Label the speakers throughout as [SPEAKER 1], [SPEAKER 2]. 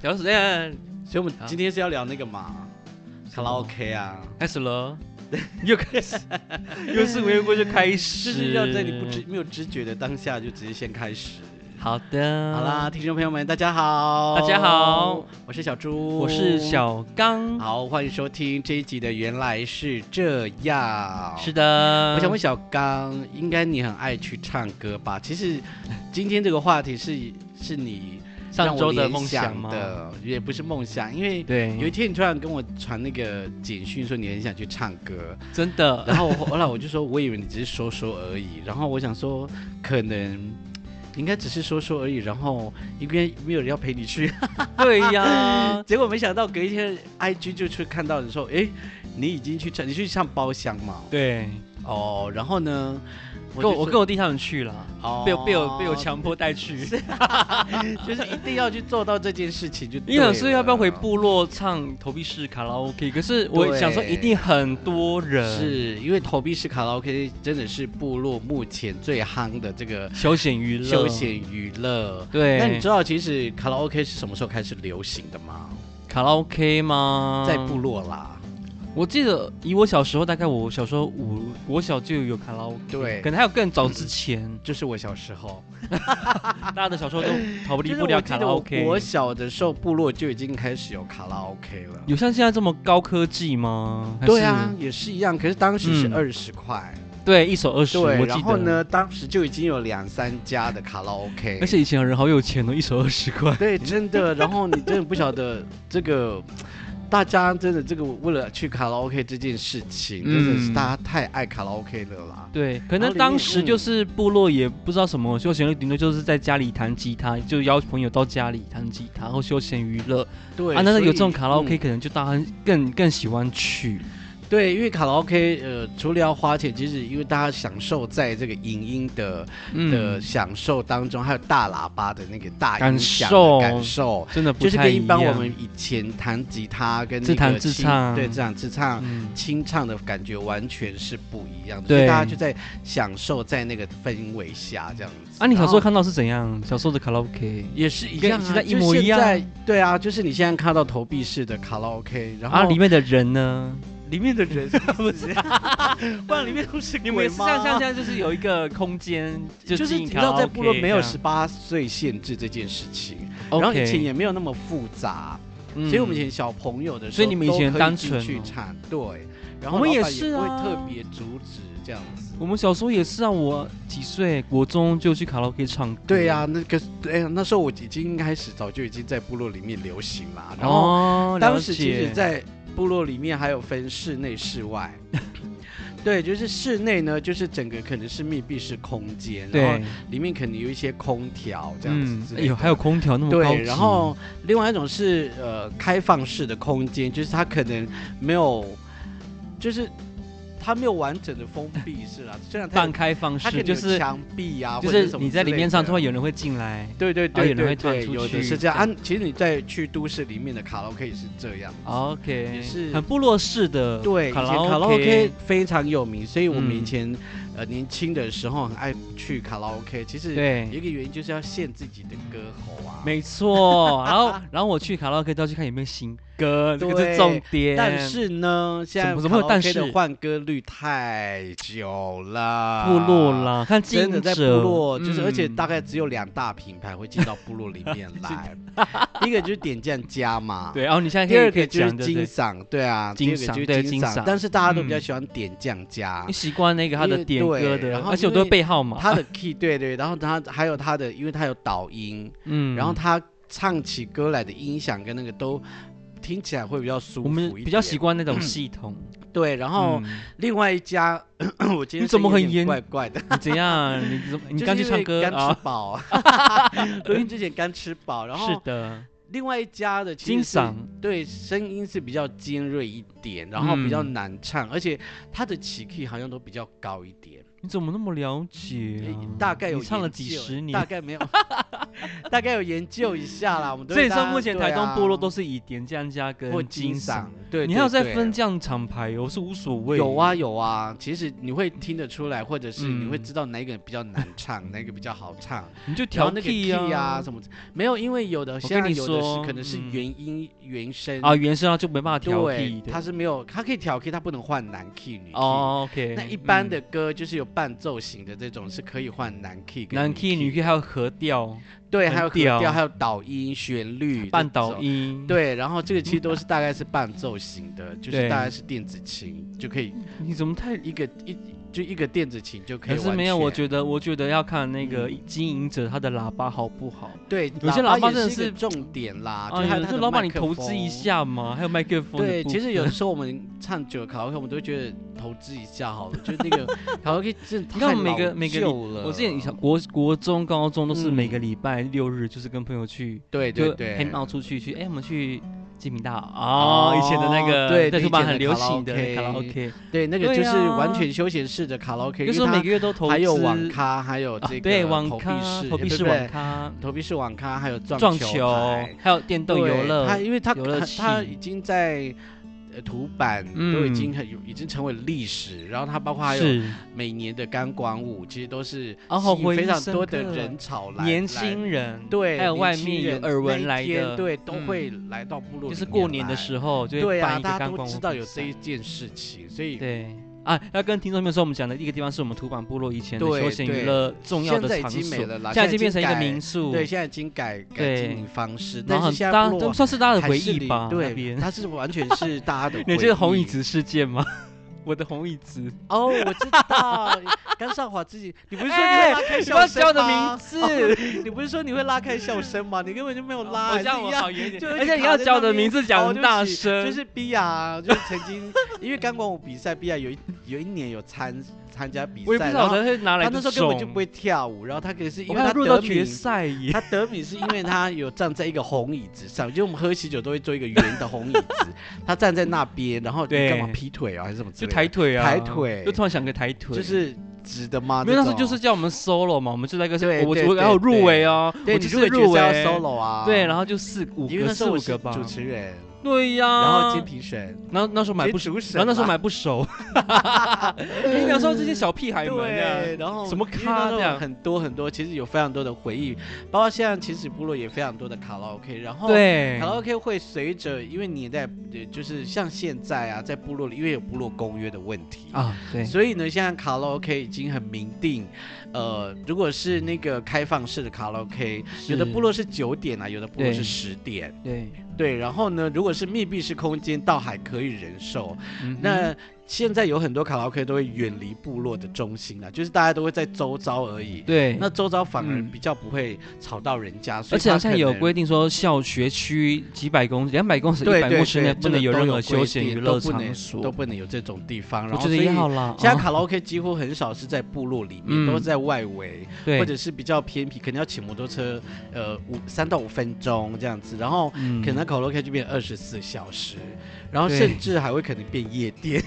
[SPEAKER 1] 屌死人！
[SPEAKER 2] 所以我
[SPEAKER 1] 啊
[SPEAKER 2] 们今天是要聊那个嘛，卡拉 OK 啊，
[SPEAKER 1] 开始 了，又开始，又是没有过就开始，
[SPEAKER 2] 就是要在你不知没有知觉的当下就直接先开始。
[SPEAKER 1] 好的，
[SPEAKER 2] 好啦，，听众朋友们，大家好，
[SPEAKER 1] 嗯大家好，
[SPEAKER 2] 我是小猪，
[SPEAKER 1] 我是。小刚，
[SPEAKER 2] 好，欢迎收听这一集的《原来是这样》。
[SPEAKER 1] 是的，
[SPEAKER 2] 我想问小刚，应该你很爱去唱歌吧？其实今天这个话题是是你让
[SPEAKER 1] 上
[SPEAKER 2] 我
[SPEAKER 1] 周的
[SPEAKER 2] 联
[SPEAKER 1] 梦
[SPEAKER 2] 想
[SPEAKER 1] 吗？
[SPEAKER 2] 的，也不是梦想，因为有一
[SPEAKER 1] 对，
[SPEAKER 2] 天你突然跟我传那个简讯说你很想去唱歌，
[SPEAKER 1] 真的，
[SPEAKER 2] 然后我后来我就说我以为你只是说说而已，然后我想说可能。应该只是说说而已，然后应该没有人要陪你去，
[SPEAKER 1] 对呀，
[SPEAKER 2] 结果没想到隔一天，IG 就去看到你说，哎，你已经去唱，你去唱包厢嘛？
[SPEAKER 1] 对，
[SPEAKER 2] 哦，然后呢，
[SPEAKER 1] 跟
[SPEAKER 2] 就
[SPEAKER 1] 我我
[SPEAKER 2] 说
[SPEAKER 1] 跟我弟他们去了，
[SPEAKER 2] 哦啊
[SPEAKER 1] 被我被我被我强迫带去。
[SPEAKER 2] 就是一定要去做到这件事情就。
[SPEAKER 1] 你想说要不要回？部落唱投币式卡拉 OK？可是我
[SPEAKER 2] 对
[SPEAKER 1] 想说一定很多人，
[SPEAKER 2] 是因为投币式卡拉 OK 真的是部落目前最夯的这个
[SPEAKER 1] 休闲娱乐，
[SPEAKER 2] 休闲娱乐。
[SPEAKER 1] 对。
[SPEAKER 2] 那你知道其实卡拉 OK 是什么时候开始流行的吗？
[SPEAKER 1] 卡拉 OK 吗？
[SPEAKER 2] 在部，落啦。
[SPEAKER 1] 我记得以我小时候，大概我小时候五国小就有卡拉 OK，
[SPEAKER 2] 对，
[SPEAKER 1] 可能还有更早之前
[SPEAKER 2] 就是我小时候，
[SPEAKER 1] 大家的小时候都逃离
[SPEAKER 2] 就是
[SPEAKER 1] 不
[SPEAKER 2] 我
[SPEAKER 1] 了
[SPEAKER 2] 记
[SPEAKER 1] 卡
[SPEAKER 2] 得
[SPEAKER 1] 拉
[SPEAKER 2] 我
[SPEAKER 1] OK。
[SPEAKER 2] 我小的时候，部落就已经开始有卡拉 OK 了。
[SPEAKER 1] 有像现在这么高科技吗？还
[SPEAKER 2] 对啊
[SPEAKER 1] 是，，
[SPEAKER 2] 也是一样。可是当时是
[SPEAKER 1] 嗯
[SPEAKER 2] 二十块，
[SPEAKER 1] 对，一首二十，我
[SPEAKER 2] 对。
[SPEAKER 1] 记得。
[SPEAKER 2] 然后？呢，当时就已经有两三家的卡 拉 OK，
[SPEAKER 1] 而且以前的人好有钱哦，一首二十块。
[SPEAKER 2] 对，真的。然后你真的不晓得这个，大家真的这个为了去卡拉 OK 这件事情，真的是
[SPEAKER 1] 嗯
[SPEAKER 2] 大家太爱卡拉 OK 了啦。
[SPEAKER 1] 对，可
[SPEAKER 2] 然后
[SPEAKER 1] 能
[SPEAKER 2] 里面
[SPEAKER 1] 当时
[SPEAKER 2] 嗯
[SPEAKER 1] 就是部落也不知道什么休闲娱乐，顶多就是在家里弹吉他，就邀朋友到家里弹吉他，然后休闲娱乐
[SPEAKER 2] 对
[SPEAKER 1] 啊。那
[SPEAKER 2] 所以
[SPEAKER 1] 有这种卡拉 OK，
[SPEAKER 2] 嗯
[SPEAKER 1] 可能就大家更更喜欢去。
[SPEAKER 2] 对，因为卡拉 OK 呃，除了要花钱，其实因为大家享受在这个影音的的
[SPEAKER 1] 嗯，
[SPEAKER 2] 享受当中，还有大喇叭的那个大
[SPEAKER 1] 感
[SPEAKER 2] 音响的感
[SPEAKER 1] 受
[SPEAKER 2] 受。
[SPEAKER 1] 真的不
[SPEAKER 2] 就是
[SPEAKER 1] 太
[SPEAKER 2] 跟
[SPEAKER 1] 一
[SPEAKER 2] 一
[SPEAKER 1] 样。
[SPEAKER 2] 般我们以前弹吉他跟那
[SPEAKER 1] 自弹
[SPEAKER 2] 个
[SPEAKER 1] 自
[SPEAKER 2] 清
[SPEAKER 1] 唱
[SPEAKER 2] 对自弹自唱
[SPEAKER 1] 嗯
[SPEAKER 2] 清唱的感觉完全是不一样的，所以
[SPEAKER 1] 对
[SPEAKER 2] 大家就在享受在那个氛围下这样子。
[SPEAKER 1] 啊，你小时候
[SPEAKER 2] 然后
[SPEAKER 1] 看到是怎样？小时候的卡拉 OK，
[SPEAKER 2] 也是一
[SPEAKER 1] 跟
[SPEAKER 2] 样、啊，
[SPEAKER 1] 现在
[SPEAKER 2] 就
[SPEAKER 1] 一模一样
[SPEAKER 2] 现在对啊，就是你现在看到投币式的卡拉 OK，然后、
[SPEAKER 1] 啊，里面的人呢？
[SPEAKER 2] 里面 的人不是，不然里面都是
[SPEAKER 1] 你
[SPEAKER 2] 鬼
[SPEAKER 1] 们
[SPEAKER 2] 吗
[SPEAKER 1] 像像现在就是有一个空间，
[SPEAKER 2] 就是你
[SPEAKER 1] 进
[SPEAKER 2] 知
[SPEAKER 1] 卡拉
[SPEAKER 2] 道
[SPEAKER 1] OK，
[SPEAKER 2] 在部落没有十八岁限制这件事情，
[SPEAKER 1] 这样，
[SPEAKER 2] 然后以
[SPEAKER 1] OK，
[SPEAKER 2] 前也没有那么复杂，
[SPEAKER 1] 嗯
[SPEAKER 2] 所以我们以前小朋友的时候，
[SPEAKER 1] 所以你们以前单纯哦
[SPEAKER 2] 去唱，对，然
[SPEAKER 1] 我
[SPEAKER 2] 后
[SPEAKER 1] 们
[SPEAKER 2] 老
[SPEAKER 1] 也
[SPEAKER 2] 板
[SPEAKER 1] 是
[SPEAKER 2] 不会
[SPEAKER 1] 啊
[SPEAKER 2] 特别阻止这样子。
[SPEAKER 1] 我们小时候也是啊，我几岁国中就去卡拉 OK 唱歌，
[SPEAKER 2] 对呀、那个哎呀，那时候我已经开始早就已经在部落里面流行啦。然后
[SPEAKER 1] 哦，
[SPEAKER 2] 当时其
[SPEAKER 1] 了
[SPEAKER 2] 实，
[SPEAKER 1] 解
[SPEAKER 2] 在部落里面还有分室内、室外。 对，就是室内呢，就是整个可能是密闭式空间，然
[SPEAKER 1] 对嗯
[SPEAKER 2] 后，里面可能有一些空调这样子之类的。
[SPEAKER 1] 哎呦，还有空调那么高级，嗯
[SPEAKER 2] 对，然后另外一种是呃开放式的空间，就是它可能没有，就是它没有完整的封闭式 啦，虽然它
[SPEAKER 1] 半
[SPEAKER 2] 有
[SPEAKER 1] 开放
[SPEAKER 2] 它可
[SPEAKER 1] 式，
[SPEAKER 2] 能
[SPEAKER 1] 就
[SPEAKER 2] 有
[SPEAKER 1] 是
[SPEAKER 2] 墙壁啊，
[SPEAKER 1] 就
[SPEAKER 2] 或者
[SPEAKER 1] 是
[SPEAKER 2] 什么
[SPEAKER 1] 你在
[SPEAKER 2] 之
[SPEAKER 1] 里
[SPEAKER 2] 类
[SPEAKER 1] 面唱
[SPEAKER 2] 的
[SPEAKER 1] 之后，有人会进来，
[SPEAKER 2] 对对
[SPEAKER 1] 然后
[SPEAKER 2] 对
[SPEAKER 1] 有人
[SPEAKER 2] 对
[SPEAKER 1] 会突然
[SPEAKER 2] 对，
[SPEAKER 1] 出
[SPEAKER 2] 有的
[SPEAKER 1] 去
[SPEAKER 2] 是这样啊。其实你在去都市里面的卡拉 OK 也是这样。
[SPEAKER 1] OK，
[SPEAKER 2] 也是
[SPEAKER 1] 很部落式的
[SPEAKER 2] 对，以前
[SPEAKER 1] 哦卡
[SPEAKER 2] 卡
[SPEAKER 1] 拉
[SPEAKER 2] 拉 OK 非常有名，所以我们以
[SPEAKER 1] 嗯
[SPEAKER 2] 前、呃年轻的时候很爱去卡拉 OK。其实
[SPEAKER 1] 对
[SPEAKER 2] 有一个原因就是要限自己的歌喉啊。
[SPEAKER 1] 没错，然后然后我去卡拉 OK 都要去看有没有 新歌，这个
[SPEAKER 2] 对
[SPEAKER 1] 是重点。
[SPEAKER 2] 但是呢，现在
[SPEAKER 1] 怎么怎
[SPEAKER 2] 卡
[SPEAKER 1] 么会
[SPEAKER 2] 拉
[SPEAKER 1] 有但
[SPEAKER 2] OK
[SPEAKER 1] 是
[SPEAKER 2] 的换歌率太久了，
[SPEAKER 1] 部落。啦，看经
[SPEAKER 2] 啊真
[SPEAKER 1] 营
[SPEAKER 2] 的
[SPEAKER 1] 者
[SPEAKER 2] 在部落，就是
[SPEAKER 1] 嗯
[SPEAKER 2] 而且大概只有两大品牌会进到部落里面 来， 第一个就是点酱家嘛，
[SPEAKER 1] 嗯对，然后你现在可
[SPEAKER 2] 第
[SPEAKER 1] 以
[SPEAKER 2] 二
[SPEAKER 1] 可
[SPEAKER 2] 个
[SPEAKER 1] 以
[SPEAKER 2] 就是
[SPEAKER 1] 讲的，
[SPEAKER 2] 金
[SPEAKER 1] 对
[SPEAKER 2] 嗓，对啊，第
[SPEAKER 1] 金嗓
[SPEAKER 2] 二个就是
[SPEAKER 1] 对
[SPEAKER 2] 金
[SPEAKER 1] 金
[SPEAKER 2] 嗓
[SPEAKER 1] 嗓，
[SPEAKER 2] 但是大家都比较
[SPEAKER 1] 嗯
[SPEAKER 2] 喜欢点酱家
[SPEAKER 1] 你，习惯那个他
[SPEAKER 2] 啊因
[SPEAKER 1] 的
[SPEAKER 2] 为
[SPEAKER 1] 点歌
[SPEAKER 2] 对
[SPEAKER 1] 的
[SPEAKER 2] 然，后
[SPEAKER 1] 而且我
[SPEAKER 2] 因
[SPEAKER 1] 都
[SPEAKER 2] 为
[SPEAKER 1] 会背号码。
[SPEAKER 2] 他的 key 对对，然后他还有他的，因为他有导音，
[SPEAKER 1] 嗯
[SPEAKER 2] 然后他唱起歌来的音响跟那个都听起来会比较舒服
[SPEAKER 1] 我
[SPEAKER 2] 一点，
[SPEAKER 1] 们比较习惯那种系统。
[SPEAKER 2] 对， 然后
[SPEAKER 1] 嗯
[SPEAKER 2] 另外一家， 我今天
[SPEAKER 1] 你怎么
[SPEAKER 2] 声音有
[SPEAKER 1] 很
[SPEAKER 2] 点
[SPEAKER 1] 严
[SPEAKER 2] 怪怪的？
[SPEAKER 1] 你怎样？你怎么？你
[SPEAKER 2] 就是
[SPEAKER 1] 刚去
[SPEAKER 2] 因
[SPEAKER 1] 唱
[SPEAKER 2] 为
[SPEAKER 1] 歌
[SPEAKER 2] 刚
[SPEAKER 1] 啊？
[SPEAKER 2] 吃 饱，录音之前刚吃饱，然
[SPEAKER 1] 是
[SPEAKER 2] 后
[SPEAKER 1] 的，
[SPEAKER 2] 另外一家的其
[SPEAKER 1] 金
[SPEAKER 2] 实是
[SPEAKER 1] 嗓
[SPEAKER 2] 对声音是比较尖锐一点，然后
[SPEAKER 1] 嗯
[SPEAKER 2] 比较难唱，而且它的起 key 好像都比较高一点，
[SPEAKER 1] 你怎么那么了解啊？
[SPEAKER 2] 大概有
[SPEAKER 1] 你唱了
[SPEAKER 2] 研
[SPEAKER 1] 几
[SPEAKER 2] 究
[SPEAKER 1] 十
[SPEAKER 2] 大
[SPEAKER 1] 年，
[SPEAKER 2] 概没有， 大概有研究一下啦。我们都
[SPEAKER 1] 所以
[SPEAKER 2] 大
[SPEAKER 1] 说，
[SPEAKER 2] 家
[SPEAKER 1] 目前
[SPEAKER 2] 对
[SPEAKER 1] 台东
[SPEAKER 2] 啊
[SPEAKER 1] 部落都是以点将家跟
[SPEAKER 2] 或
[SPEAKER 1] 金
[SPEAKER 2] 金
[SPEAKER 1] 赏
[SPEAKER 2] 赏，，对，
[SPEAKER 1] 你
[SPEAKER 2] 对
[SPEAKER 1] 还有在
[SPEAKER 2] 对啊
[SPEAKER 1] 分这样厂牌哦，是无所谓。
[SPEAKER 2] 有，啊有啊，其实你会听得出来，或者是你会
[SPEAKER 1] 嗯
[SPEAKER 2] 知道哪一个比较难 唱，哪一个比较好唱，
[SPEAKER 1] 你就
[SPEAKER 2] 然
[SPEAKER 1] 调
[SPEAKER 2] 后那个 key
[SPEAKER 1] 啊
[SPEAKER 2] 啊什么，没有，因为有的
[SPEAKER 1] 跟
[SPEAKER 2] 现在
[SPEAKER 1] 你
[SPEAKER 2] 有的
[SPEAKER 1] 说
[SPEAKER 2] 是可能是
[SPEAKER 1] 嗯
[SPEAKER 2] 原音原声
[SPEAKER 1] 啊，，原声啊就没办法调 key
[SPEAKER 2] 对，
[SPEAKER 1] 的。
[SPEAKER 2] 它是没有，它可以调 key，它不能换男 key 女 key。
[SPEAKER 1] 哦，OK，
[SPEAKER 2] 那一般的
[SPEAKER 1] 嗯
[SPEAKER 2] 歌就是有伴奏型的这种是可以换男 key 跟
[SPEAKER 1] 男 key、女 key 还有和调、
[SPEAKER 2] 对，
[SPEAKER 1] 很
[SPEAKER 2] 还有和
[SPEAKER 1] 屌
[SPEAKER 2] 调，还有导音、旋律、
[SPEAKER 1] 半导。音，，
[SPEAKER 2] 对，然后这个其实都 是大概是伴奏型的，就是
[SPEAKER 1] 对
[SPEAKER 2] 大概是电子琴就可以
[SPEAKER 1] 你怎么太？
[SPEAKER 2] 一个一就一个电子琴就可以
[SPEAKER 1] 可
[SPEAKER 2] 完全。
[SPEAKER 1] 是没有，我觉得我觉得要看那个
[SPEAKER 2] 嗯
[SPEAKER 1] 经营者他的喇叭好不好
[SPEAKER 2] 对，
[SPEAKER 1] 有些喇叭
[SPEAKER 2] 也
[SPEAKER 1] 真的
[SPEAKER 2] 是一
[SPEAKER 1] 是
[SPEAKER 2] 个重点啦，就
[SPEAKER 1] 啊。
[SPEAKER 2] 是还
[SPEAKER 1] 有
[SPEAKER 2] 有它
[SPEAKER 1] 这
[SPEAKER 2] 的
[SPEAKER 1] 老板，
[SPEAKER 2] 麦
[SPEAKER 1] 你
[SPEAKER 2] 克
[SPEAKER 1] 投资一
[SPEAKER 2] 风。
[SPEAKER 1] 下嘛，还有麦克风的
[SPEAKER 2] 对，
[SPEAKER 1] 部
[SPEAKER 2] 其实有
[SPEAKER 1] 分
[SPEAKER 2] 的时候我们唱久卡拉 OK，我们都觉得投资一下好了，就是 那个卡拉 OK 真的
[SPEAKER 1] 你看
[SPEAKER 2] 太
[SPEAKER 1] 每个
[SPEAKER 2] 老
[SPEAKER 1] 每个
[SPEAKER 2] 旧 了。
[SPEAKER 1] 我之前以前国国中、高中都是每
[SPEAKER 2] 嗯
[SPEAKER 1] 个礼拜六日，就是跟朋友去，
[SPEAKER 2] 对对
[SPEAKER 1] 就
[SPEAKER 2] 对，
[SPEAKER 1] 黑猫出去去，哎，我们去金平大哦，以前的那个
[SPEAKER 2] 对
[SPEAKER 1] 对，
[SPEAKER 2] 对
[SPEAKER 1] 就蛮
[SPEAKER 2] 以前的
[SPEAKER 1] 很流行的
[SPEAKER 2] 卡
[SPEAKER 1] 卡
[SPEAKER 2] 拉
[SPEAKER 1] 拉
[SPEAKER 2] OK
[SPEAKER 1] OK，
[SPEAKER 2] 对，那个
[SPEAKER 1] 对
[SPEAKER 2] 就是
[SPEAKER 1] 啊
[SPEAKER 2] 完全休闲式的卡拉 OK，
[SPEAKER 1] 就
[SPEAKER 2] 因
[SPEAKER 1] 是
[SPEAKER 2] 为它
[SPEAKER 1] 每个月都投资，
[SPEAKER 2] 还有网咖，还有
[SPEAKER 1] 啊
[SPEAKER 2] 这个
[SPEAKER 1] 对网
[SPEAKER 2] 投币
[SPEAKER 1] 咖、
[SPEAKER 2] 式
[SPEAKER 1] 投
[SPEAKER 2] 也
[SPEAKER 1] 币
[SPEAKER 2] 对
[SPEAKER 1] 式
[SPEAKER 2] 不对
[SPEAKER 1] 网咖、
[SPEAKER 2] 投币式网咖，还有撞
[SPEAKER 1] 撞
[SPEAKER 2] 球
[SPEAKER 1] 球
[SPEAKER 2] 台，
[SPEAKER 1] 还有电动游
[SPEAKER 2] 对
[SPEAKER 1] 乐，
[SPEAKER 2] 它因为它
[SPEAKER 1] 游乐
[SPEAKER 2] 它它
[SPEAKER 1] 器
[SPEAKER 2] 已经在。呃土板都已
[SPEAKER 1] 嗯
[SPEAKER 2] 经很有，已经成为历史，然后它包括还有
[SPEAKER 1] 是
[SPEAKER 2] 每年的钢管舞，其实都是
[SPEAKER 1] 啊好
[SPEAKER 2] 吸引
[SPEAKER 1] 回
[SPEAKER 2] 非
[SPEAKER 1] 忆
[SPEAKER 2] 常
[SPEAKER 1] 深
[SPEAKER 2] 多的
[SPEAKER 1] 刻
[SPEAKER 2] 人潮来
[SPEAKER 1] 年
[SPEAKER 2] 来
[SPEAKER 1] 轻人，
[SPEAKER 2] 对，
[SPEAKER 1] 还有
[SPEAKER 2] 年
[SPEAKER 1] 外
[SPEAKER 2] 轻
[SPEAKER 1] 面有
[SPEAKER 2] 人
[SPEAKER 1] 耳
[SPEAKER 2] 那一
[SPEAKER 1] 闻来
[SPEAKER 2] 天
[SPEAKER 1] 的，
[SPEAKER 2] 对，都
[SPEAKER 1] 嗯
[SPEAKER 2] 会来到部落里面来。
[SPEAKER 1] 就是过年的时候就
[SPEAKER 2] 对
[SPEAKER 1] 会
[SPEAKER 2] 啊，
[SPEAKER 1] 办一个
[SPEAKER 2] 大家
[SPEAKER 1] 钢
[SPEAKER 2] 都
[SPEAKER 1] 管舞
[SPEAKER 2] 知道
[SPEAKER 1] 比
[SPEAKER 2] 有这
[SPEAKER 1] 赛
[SPEAKER 2] 一件事情，所以
[SPEAKER 1] 对啊，要跟听众朋友说，我们讲的一个地方是我们土坂部落以前的
[SPEAKER 2] 对
[SPEAKER 1] 休闲娱
[SPEAKER 2] 对
[SPEAKER 1] 乐重要的
[SPEAKER 2] 现在已
[SPEAKER 1] 场所，
[SPEAKER 2] 经没了啦
[SPEAKER 1] 现在已
[SPEAKER 2] 现在已
[SPEAKER 1] 经变成一个
[SPEAKER 2] 经改
[SPEAKER 1] 民宿，
[SPEAKER 2] 对，现在已经改改
[SPEAKER 1] 对
[SPEAKER 2] 经营方式，
[SPEAKER 1] 然
[SPEAKER 2] 但
[SPEAKER 1] 后
[SPEAKER 2] 是
[SPEAKER 1] 很
[SPEAKER 2] 现
[SPEAKER 1] 大
[SPEAKER 2] 在
[SPEAKER 1] 家
[SPEAKER 2] 部
[SPEAKER 1] 都
[SPEAKER 2] 落
[SPEAKER 1] 算是大家的
[SPEAKER 2] 还
[SPEAKER 1] 回
[SPEAKER 2] 是
[SPEAKER 1] 忆
[SPEAKER 2] 离
[SPEAKER 1] 吧，那
[SPEAKER 2] 对，
[SPEAKER 1] 边。
[SPEAKER 2] 它是完全是大家的回忆。
[SPEAKER 1] 你记得红椅子事件吗？我的红椅子，
[SPEAKER 2] 哦，我知道，甘少华自己，你不是说你
[SPEAKER 1] 哎
[SPEAKER 2] 会拉开
[SPEAKER 1] 你不要
[SPEAKER 2] 笑声
[SPEAKER 1] 叫我的
[SPEAKER 2] 吗
[SPEAKER 1] 名字，
[SPEAKER 2] 你不是说你会拉开笑声 吗？你根本就没有拉，
[SPEAKER 1] 我
[SPEAKER 2] 还
[SPEAKER 1] 叫
[SPEAKER 2] 是一
[SPEAKER 1] 哦我
[SPEAKER 2] 样
[SPEAKER 1] 跑远一
[SPEAKER 2] 就
[SPEAKER 1] 点，
[SPEAKER 2] 是
[SPEAKER 1] 而且你
[SPEAKER 2] 卡
[SPEAKER 1] 要
[SPEAKER 2] 在
[SPEAKER 1] 叫我
[SPEAKER 2] 那
[SPEAKER 1] 的
[SPEAKER 2] 边
[SPEAKER 1] 名字讲
[SPEAKER 2] 哦
[SPEAKER 1] 得
[SPEAKER 2] 对不
[SPEAKER 1] 大
[SPEAKER 2] 起
[SPEAKER 1] 声，
[SPEAKER 2] 就是 B 啊，就是曾经因为钢管舞比赛，B 啊有一有一年有参参加比赛，
[SPEAKER 1] 我也不知
[SPEAKER 2] 然
[SPEAKER 1] 道
[SPEAKER 2] 后
[SPEAKER 1] 他会拿来
[SPEAKER 2] 他
[SPEAKER 1] 这
[SPEAKER 2] 那
[SPEAKER 1] 种。
[SPEAKER 2] 时候根本就不会跳舞，然后他可是因
[SPEAKER 1] 我
[SPEAKER 2] 为
[SPEAKER 1] 看
[SPEAKER 2] 他
[SPEAKER 1] 他入到
[SPEAKER 2] 得
[SPEAKER 1] 决
[SPEAKER 2] 名，
[SPEAKER 1] 赛耶，
[SPEAKER 2] 他得名是因为他有站在一个红椅子上，就是我们喝喜酒都会做一个圆的红椅 子，他站在那边，然后你
[SPEAKER 1] 对
[SPEAKER 2] 干嘛劈腿啊还是什么之
[SPEAKER 1] 就
[SPEAKER 2] 类的？
[SPEAKER 1] 抬腿啊，
[SPEAKER 2] 抬腿
[SPEAKER 1] 就突然想个抬腿，
[SPEAKER 2] 就是直的吗？
[SPEAKER 1] 没有那
[SPEAKER 2] 这
[SPEAKER 1] 时候就
[SPEAKER 2] 种
[SPEAKER 1] 是叫我们 solo 嘛，我们就在一个
[SPEAKER 2] 对
[SPEAKER 1] 我
[SPEAKER 2] 对
[SPEAKER 1] 我
[SPEAKER 2] 对
[SPEAKER 1] 还有入围哦，
[SPEAKER 2] 对，
[SPEAKER 1] 我
[SPEAKER 2] 你
[SPEAKER 1] 就
[SPEAKER 2] 入围
[SPEAKER 1] 入
[SPEAKER 2] 就是要
[SPEAKER 1] 围，
[SPEAKER 2] solo 啊，
[SPEAKER 1] 对，然后就四五
[SPEAKER 2] 因为
[SPEAKER 1] 个
[SPEAKER 2] 那时
[SPEAKER 1] 四
[SPEAKER 2] 候
[SPEAKER 1] 五
[SPEAKER 2] 我是
[SPEAKER 1] 个吧
[SPEAKER 2] 主，持人，
[SPEAKER 1] 对呀，
[SPEAKER 2] 然后兼评审，
[SPEAKER 1] 然后那时候买
[SPEAKER 2] 兼
[SPEAKER 1] 不熟，
[SPEAKER 2] 主审
[SPEAKER 1] 然后那时候
[SPEAKER 2] 啦
[SPEAKER 1] 买不熟，你想说这些小屁孩们
[SPEAKER 2] 对，
[SPEAKER 1] 呀，
[SPEAKER 2] 然后
[SPEAKER 1] 什么
[SPEAKER 2] 因为
[SPEAKER 1] 咖
[SPEAKER 2] 那种
[SPEAKER 1] 这样
[SPEAKER 2] 很多很多，其实有非常多的回忆，包括现在其实部落也非常多的卡拉 OK，然后。
[SPEAKER 1] 对
[SPEAKER 2] 卡拉 OK 会随着，因为年代，呃就是像现在啊，在部落里，因为有部落公约的问题，
[SPEAKER 1] 啊，对，
[SPEAKER 2] 所以呢，现在卡拉 OK 已经很明定，呃，如果是那个开放式的卡拉 OK，有的
[SPEAKER 1] 是
[SPEAKER 2] 部落是九点啊，有的部落
[SPEAKER 1] 对
[SPEAKER 2] 是十点，
[SPEAKER 1] 对，
[SPEAKER 2] 对，然后呢，如果是密闭式空间，倒还可以忍受，
[SPEAKER 1] 嗯哼
[SPEAKER 2] 那现在有很多卡拉 OK 都会远离部落的中心了，就是大家都会在周遭而已。
[SPEAKER 1] 对，
[SPEAKER 2] 那周遭反而
[SPEAKER 1] 嗯
[SPEAKER 2] 比较不会吵到人家，所
[SPEAKER 1] 而
[SPEAKER 2] 以
[SPEAKER 1] 且好
[SPEAKER 2] 它
[SPEAKER 1] 像
[SPEAKER 2] 可
[SPEAKER 1] 有
[SPEAKER 2] 能
[SPEAKER 1] 规定说，校学区几百公里、两百公尺、
[SPEAKER 2] 对
[SPEAKER 1] 一百
[SPEAKER 2] 对
[SPEAKER 1] 公尺
[SPEAKER 2] 对，
[SPEAKER 1] 内不
[SPEAKER 2] 这
[SPEAKER 1] 能
[SPEAKER 2] 个
[SPEAKER 1] 有
[SPEAKER 2] 都
[SPEAKER 1] 任
[SPEAKER 2] 有
[SPEAKER 1] 何休
[SPEAKER 2] 规
[SPEAKER 1] 闲
[SPEAKER 2] 定
[SPEAKER 1] 娱乐
[SPEAKER 2] 都不
[SPEAKER 1] 场
[SPEAKER 2] 能都
[SPEAKER 1] 所。
[SPEAKER 2] 不能有这种地方。
[SPEAKER 1] 我
[SPEAKER 2] 然后
[SPEAKER 1] 觉得
[SPEAKER 2] 所
[SPEAKER 1] 也
[SPEAKER 2] 以
[SPEAKER 1] 好啦，
[SPEAKER 2] 现在
[SPEAKER 1] 啊
[SPEAKER 2] 卡拉 OK 几乎很少是在部落里面，
[SPEAKER 1] 嗯
[SPEAKER 2] 都是在外围，
[SPEAKER 1] 对，
[SPEAKER 2] 或者是比较偏僻，可能要骑摩托车，呃，五三到五分钟这样子。然后
[SPEAKER 1] 嗯
[SPEAKER 2] 可能卡拉 OK 就变二十四小时，然后
[SPEAKER 1] 对
[SPEAKER 2] 甚至还会可能变夜 店，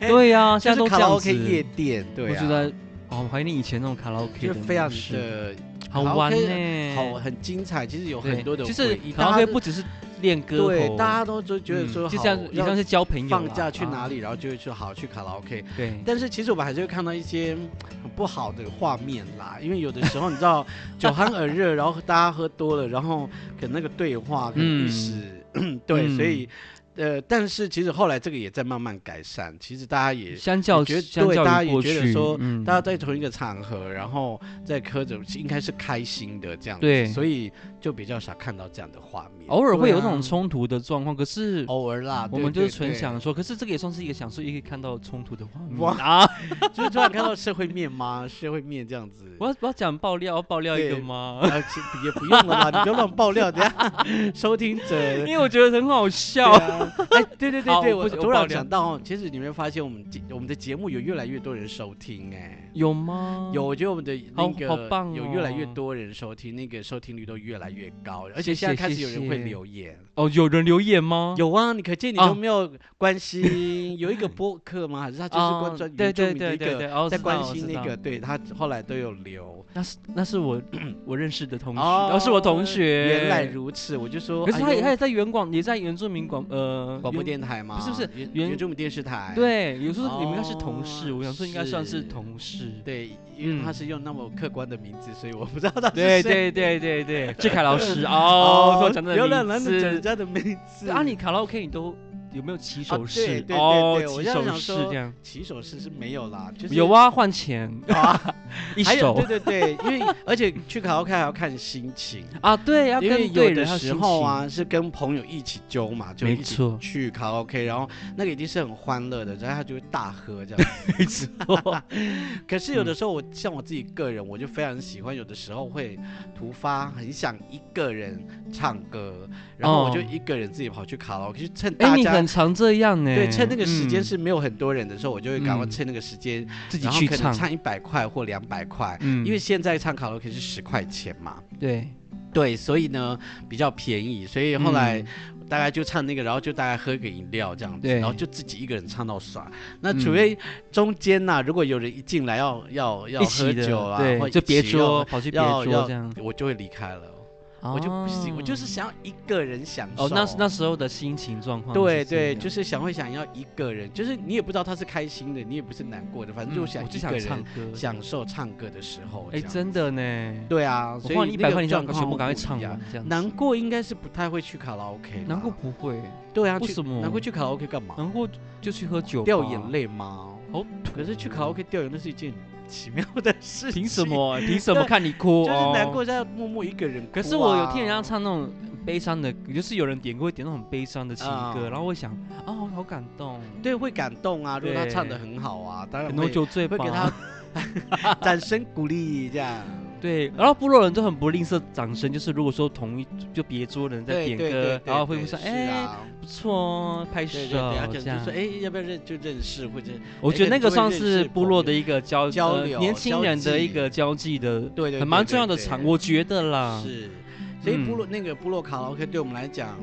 [SPEAKER 1] 对呀，现在
[SPEAKER 2] 就
[SPEAKER 1] 都
[SPEAKER 2] 是卡
[SPEAKER 1] 这
[SPEAKER 2] 拉
[SPEAKER 1] 样
[SPEAKER 2] OK 夜
[SPEAKER 1] 子。
[SPEAKER 2] 店。对、啊，
[SPEAKER 1] 我觉得哦，怀念以前那种卡拉 OK
[SPEAKER 2] 就
[SPEAKER 1] 的
[SPEAKER 2] 非常
[SPEAKER 1] 模式，
[SPEAKER 2] 的
[SPEAKER 1] 好
[SPEAKER 2] 卡拉
[SPEAKER 1] 玩
[SPEAKER 2] OK
[SPEAKER 1] 呢，
[SPEAKER 2] 好，很精彩。其实有
[SPEAKER 1] 对
[SPEAKER 2] 很多的
[SPEAKER 1] 其
[SPEAKER 2] 回
[SPEAKER 1] 实
[SPEAKER 2] 忆，
[SPEAKER 1] 卡
[SPEAKER 2] 大
[SPEAKER 1] 拉
[SPEAKER 2] 家
[SPEAKER 1] OK
[SPEAKER 2] 都
[SPEAKER 1] 不只是练歌
[SPEAKER 2] 对，
[SPEAKER 1] 喉，
[SPEAKER 2] 大家都就觉得
[SPEAKER 1] 嗯
[SPEAKER 2] 说
[SPEAKER 1] 就
[SPEAKER 2] 好
[SPEAKER 1] 这样，一
[SPEAKER 2] 要
[SPEAKER 1] 样是交朋友啦，啊
[SPEAKER 2] 放假去哪
[SPEAKER 1] 里？
[SPEAKER 2] 里，然后就会说好去卡拉 OK。
[SPEAKER 1] 对，
[SPEAKER 2] 但是其实我们还是会看到一些很不好的画面啦，因为有的时候你知道 酒酣耳热，然后大家喝多了，然后可能那个对话可能一
[SPEAKER 1] 嗯
[SPEAKER 2] 时 对，
[SPEAKER 1] 嗯
[SPEAKER 2] 所以呃，但是其实后来这个也在慢慢改善，其实大家也
[SPEAKER 1] 相较
[SPEAKER 2] 我觉得
[SPEAKER 1] 相
[SPEAKER 2] 对大
[SPEAKER 1] 较
[SPEAKER 2] 家
[SPEAKER 1] 于
[SPEAKER 2] 也
[SPEAKER 1] 过
[SPEAKER 2] 觉得
[SPEAKER 1] 去
[SPEAKER 2] 说，
[SPEAKER 1] 嗯
[SPEAKER 2] 大家在同一个场合，然后在磕着，应该是开心的这样子，
[SPEAKER 1] 对
[SPEAKER 2] 所以就比较少看到这样的画面，
[SPEAKER 1] 偶尔会有这
[SPEAKER 2] 对啊
[SPEAKER 1] 种冲突的状况，可是
[SPEAKER 2] 偶尔啦，
[SPEAKER 1] 我
[SPEAKER 2] 对
[SPEAKER 1] 们就是
[SPEAKER 2] 对
[SPEAKER 1] 纯
[SPEAKER 2] 对
[SPEAKER 1] 享受，可是这个也算是一个享受，也可以看到冲突的画面
[SPEAKER 2] 哇
[SPEAKER 1] 啊！
[SPEAKER 2] 就是突然看到社会面吗？社会面这样子，
[SPEAKER 1] 我要我要讲爆料，要爆料一个
[SPEAKER 2] 对
[SPEAKER 1] 吗？
[SPEAKER 2] 啊， 其也不用了吧，你不要乱爆料，等下收听者
[SPEAKER 1] 因为我觉得很好
[SPEAKER 2] 对
[SPEAKER 1] 笑，
[SPEAKER 2] 啊哎，对对对
[SPEAKER 1] 好
[SPEAKER 2] 对，
[SPEAKER 1] 我
[SPEAKER 2] 我
[SPEAKER 1] 不我
[SPEAKER 2] 突
[SPEAKER 1] 爆
[SPEAKER 2] 然
[SPEAKER 1] 料
[SPEAKER 2] 想到哦，其实你没发现我们节我们的节目有越来越多人收听哎。
[SPEAKER 1] 有吗？
[SPEAKER 2] 有，，我觉得我们的
[SPEAKER 1] 哦好
[SPEAKER 2] 那个
[SPEAKER 1] 好棒
[SPEAKER 2] 有越来越
[SPEAKER 1] 哦
[SPEAKER 2] 多人收听，那个收听率都越来越高，而
[SPEAKER 1] 谢
[SPEAKER 2] 且现在
[SPEAKER 1] 谢
[SPEAKER 2] 开始
[SPEAKER 1] 谢
[SPEAKER 2] 有人会
[SPEAKER 1] 谢
[SPEAKER 2] 留言。
[SPEAKER 1] 哦，有人留言吗？
[SPEAKER 2] 有啊，你可见你
[SPEAKER 1] 啊
[SPEAKER 2] 都没有 关心，有一个播客吗？还是他就是
[SPEAKER 1] 啊，
[SPEAKER 2] 关专
[SPEAKER 1] 对
[SPEAKER 2] 原住
[SPEAKER 1] 对
[SPEAKER 2] 民的
[SPEAKER 1] 对
[SPEAKER 2] 一
[SPEAKER 1] 对
[SPEAKER 2] 个
[SPEAKER 1] 对，哦
[SPEAKER 2] 在
[SPEAKER 1] 知
[SPEAKER 2] 关
[SPEAKER 1] 道
[SPEAKER 2] 心
[SPEAKER 1] 知
[SPEAKER 2] 那
[SPEAKER 1] 道
[SPEAKER 2] 个，对他后来都有留。
[SPEAKER 1] 那是那是我 我认识的同学，
[SPEAKER 2] 哦
[SPEAKER 1] 哦，是我同学。
[SPEAKER 2] 原来如此，我就说，
[SPEAKER 1] 可是他
[SPEAKER 2] 哎
[SPEAKER 1] 也
[SPEAKER 2] 呦嗯
[SPEAKER 1] 他也在原广，也在原住民广呃
[SPEAKER 2] 广播
[SPEAKER 1] 原
[SPEAKER 2] 电台吗？
[SPEAKER 1] 不是不是
[SPEAKER 2] 原
[SPEAKER 1] 原
[SPEAKER 2] 原住民电视台。
[SPEAKER 1] 对，有时候你们应该是同事，
[SPEAKER 2] 哦
[SPEAKER 1] 我想说应该算是
[SPEAKER 2] 是
[SPEAKER 1] 同事。
[SPEAKER 2] 对，因为他是用那么客观的名字，所以我不知道他
[SPEAKER 1] 嗯
[SPEAKER 2] 是
[SPEAKER 1] 对
[SPEAKER 2] 谁。
[SPEAKER 1] 对对对对，志凯老 师哦，说讲
[SPEAKER 2] 有
[SPEAKER 1] 的
[SPEAKER 2] 人
[SPEAKER 1] 名
[SPEAKER 2] 能讲
[SPEAKER 1] 字。
[SPEAKER 2] 人家的名字
[SPEAKER 1] 对啊，你卡拉 OK 你都有没有起手
[SPEAKER 2] 嗯啊
[SPEAKER 1] 式
[SPEAKER 2] 对对？对
[SPEAKER 1] 哦，
[SPEAKER 2] 对我
[SPEAKER 1] 起
[SPEAKER 2] 就
[SPEAKER 1] 手
[SPEAKER 2] 想
[SPEAKER 1] 式
[SPEAKER 2] 说
[SPEAKER 1] 这样。
[SPEAKER 2] 起手式是没有啦，就是
[SPEAKER 1] 有啊，换钱
[SPEAKER 2] 啊，
[SPEAKER 1] 一
[SPEAKER 2] 还有
[SPEAKER 1] 手
[SPEAKER 2] 对对对，因为而且去卡拉 OK 还要看心情。
[SPEAKER 1] 啊，对，要
[SPEAKER 2] 因为
[SPEAKER 1] 跟对
[SPEAKER 2] 有的
[SPEAKER 1] 人要
[SPEAKER 2] 时
[SPEAKER 1] 心
[SPEAKER 2] 候
[SPEAKER 1] 情。
[SPEAKER 2] 啊，是跟朋友一起揪嘛，就
[SPEAKER 1] 没
[SPEAKER 2] 一起
[SPEAKER 1] 错
[SPEAKER 2] 去卡拉 OK，然后那个一定是很欢乐的，然后他就会大喝这样。
[SPEAKER 1] 没错， 嗯
[SPEAKER 2] 可是有的时候我、像我自己个人，我就非常喜欢，有的时候会突发很想一个人唱歌，然后我就
[SPEAKER 1] 哦
[SPEAKER 2] 一个人自己跑去卡拉 OK，就趁
[SPEAKER 1] 哎，
[SPEAKER 2] 大
[SPEAKER 1] 你
[SPEAKER 2] 家、
[SPEAKER 1] 很常这样呢。
[SPEAKER 2] 对趁那个时间
[SPEAKER 1] 嗯
[SPEAKER 2] 是没有很多人的时候，我就会赶快
[SPEAKER 1] 嗯
[SPEAKER 2] 趁那个时间，
[SPEAKER 1] 自己
[SPEAKER 2] 然后
[SPEAKER 1] 去
[SPEAKER 2] 可能
[SPEAKER 1] 唱，
[SPEAKER 2] 唱一百块或两百块，
[SPEAKER 1] 嗯
[SPEAKER 2] 因为现在唱卡拉 OK 是十块钱嘛，
[SPEAKER 1] 对，
[SPEAKER 2] 对，所以呢比较便宜，所以后来。
[SPEAKER 1] 嗯
[SPEAKER 2] 大概就唱那个，然后就大概喝个饮料这样子，
[SPEAKER 1] 对
[SPEAKER 2] 然后就自己一个人唱到耍。那
[SPEAKER 1] 嗯
[SPEAKER 2] 除非中间呐、如果有人一进来要要要
[SPEAKER 1] 一
[SPEAKER 2] 喝
[SPEAKER 1] 起的
[SPEAKER 2] 酒啊，或
[SPEAKER 1] 对，就
[SPEAKER 2] 一起
[SPEAKER 1] 别
[SPEAKER 2] 要
[SPEAKER 1] 桌，，跑去别
[SPEAKER 2] 要
[SPEAKER 1] 桌
[SPEAKER 2] 要
[SPEAKER 1] 这样，
[SPEAKER 2] 我就会离开了，我就不行，我就是
[SPEAKER 1] 哦
[SPEAKER 2] 想要一个人享受。
[SPEAKER 1] 哦，那那时候的心情状况是这
[SPEAKER 2] 对
[SPEAKER 1] 样，
[SPEAKER 2] 对，就是是想会想要一个人，就是你也不知道他是开心的，你也不是难过的，反正就想
[SPEAKER 1] 嗯我就
[SPEAKER 2] 一个
[SPEAKER 1] 想唱
[SPEAKER 2] 人
[SPEAKER 1] 歌，
[SPEAKER 2] 享受唱歌的时候。
[SPEAKER 1] 哎，
[SPEAKER 2] 这样
[SPEAKER 1] 真的呢，
[SPEAKER 2] 对啊，
[SPEAKER 1] 我
[SPEAKER 2] 所
[SPEAKER 1] 花
[SPEAKER 2] 以
[SPEAKER 1] 了一
[SPEAKER 2] 那
[SPEAKER 1] 百
[SPEAKER 2] 个
[SPEAKER 1] 块，你想
[SPEAKER 2] 状况
[SPEAKER 1] 全部赶快
[SPEAKER 2] 不一
[SPEAKER 1] 唱
[SPEAKER 2] 样
[SPEAKER 1] 完这样，
[SPEAKER 2] 难，过应该是不太会去卡拉 OK，
[SPEAKER 1] 难
[SPEAKER 2] 啦
[SPEAKER 1] 过不会，
[SPEAKER 2] 对啊，
[SPEAKER 1] 为
[SPEAKER 2] 去
[SPEAKER 1] 什么
[SPEAKER 2] 难过去卡拉 OK 干嘛？
[SPEAKER 1] 难过就去喝酒，
[SPEAKER 2] 掉眼，泪吗？
[SPEAKER 1] 好
[SPEAKER 2] 可是去卡拉 OK 掉眼泪是一件很奇妙的事情。
[SPEAKER 1] 凭什？么？凭什么看你哭？
[SPEAKER 2] 就是难过，
[SPEAKER 1] 哦。
[SPEAKER 2] 在默默一个人、啊
[SPEAKER 1] 可是我有听人家，唱那种悲伤的，就是有人点过会点那种悲伤的情歌，
[SPEAKER 2] 嗯
[SPEAKER 1] 然后我想啊，我好感动，
[SPEAKER 2] 对， 会感动啊。如果他
[SPEAKER 1] 对
[SPEAKER 2] 唱的很好啊，当然
[SPEAKER 1] 能
[SPEAKER 2] 会
[SPEAKER 1] 酒醉
[SPEAKER 2] 会
[SPEAKER 1] 吧
[SPEAKER 2] 给。他 掌声鼓励这样。
[SPEAKER 1] 对，然后部落人都很不吝啬掌声，就是如果说同一就别桌人 在
[SPEAKER 2] 对
[SPEAKER 1] 点
[SPEAKER 2] 对
[SPEAKER 1] 歌
[SPEAKER 2] 对，，
[SPEAKER 1] 然后会
[SPEAKER 2] 对
[SPEAKER 1] 说
[SPEAKER 2] 是
[SPEAKER 1] 哎、
[SPEAKER 2] 啊
[SPEAKER 1] 不错哦，拍手
[SPEAKER 2] 对对对，他可
[SPEAKER 1] 这
[SPEAKER 2] 能就
[SPEAKER 1] 样
[SPEAKER 2] 说。哎，哎要不要认就认识或者
[SPEAKER 1] 我觉得那个算是部落的一个交
[SPEAKER 2] 交
[SPEAKER 1] 呃
[SPEAKER 2] 流
[SPEAKER 1] 年轻人
[SPEAKER 2] 交
[SPEAKER 1] 的
[SPEAKER 2] 际
[SPEAKER 1] 一个交际的，
[SPEAKER 2] 对对
[SPEAKER 1] 很蛮重要的啊场，
[SPEAKER 2] 场
[SPEAKER 1] 我觉得啦。
[SPEAKER 2] 是。所以
[SPEAKER 1] 嗯
[SPEAKER 2] 部落、那个部落卡拉 OK 对我们来讲，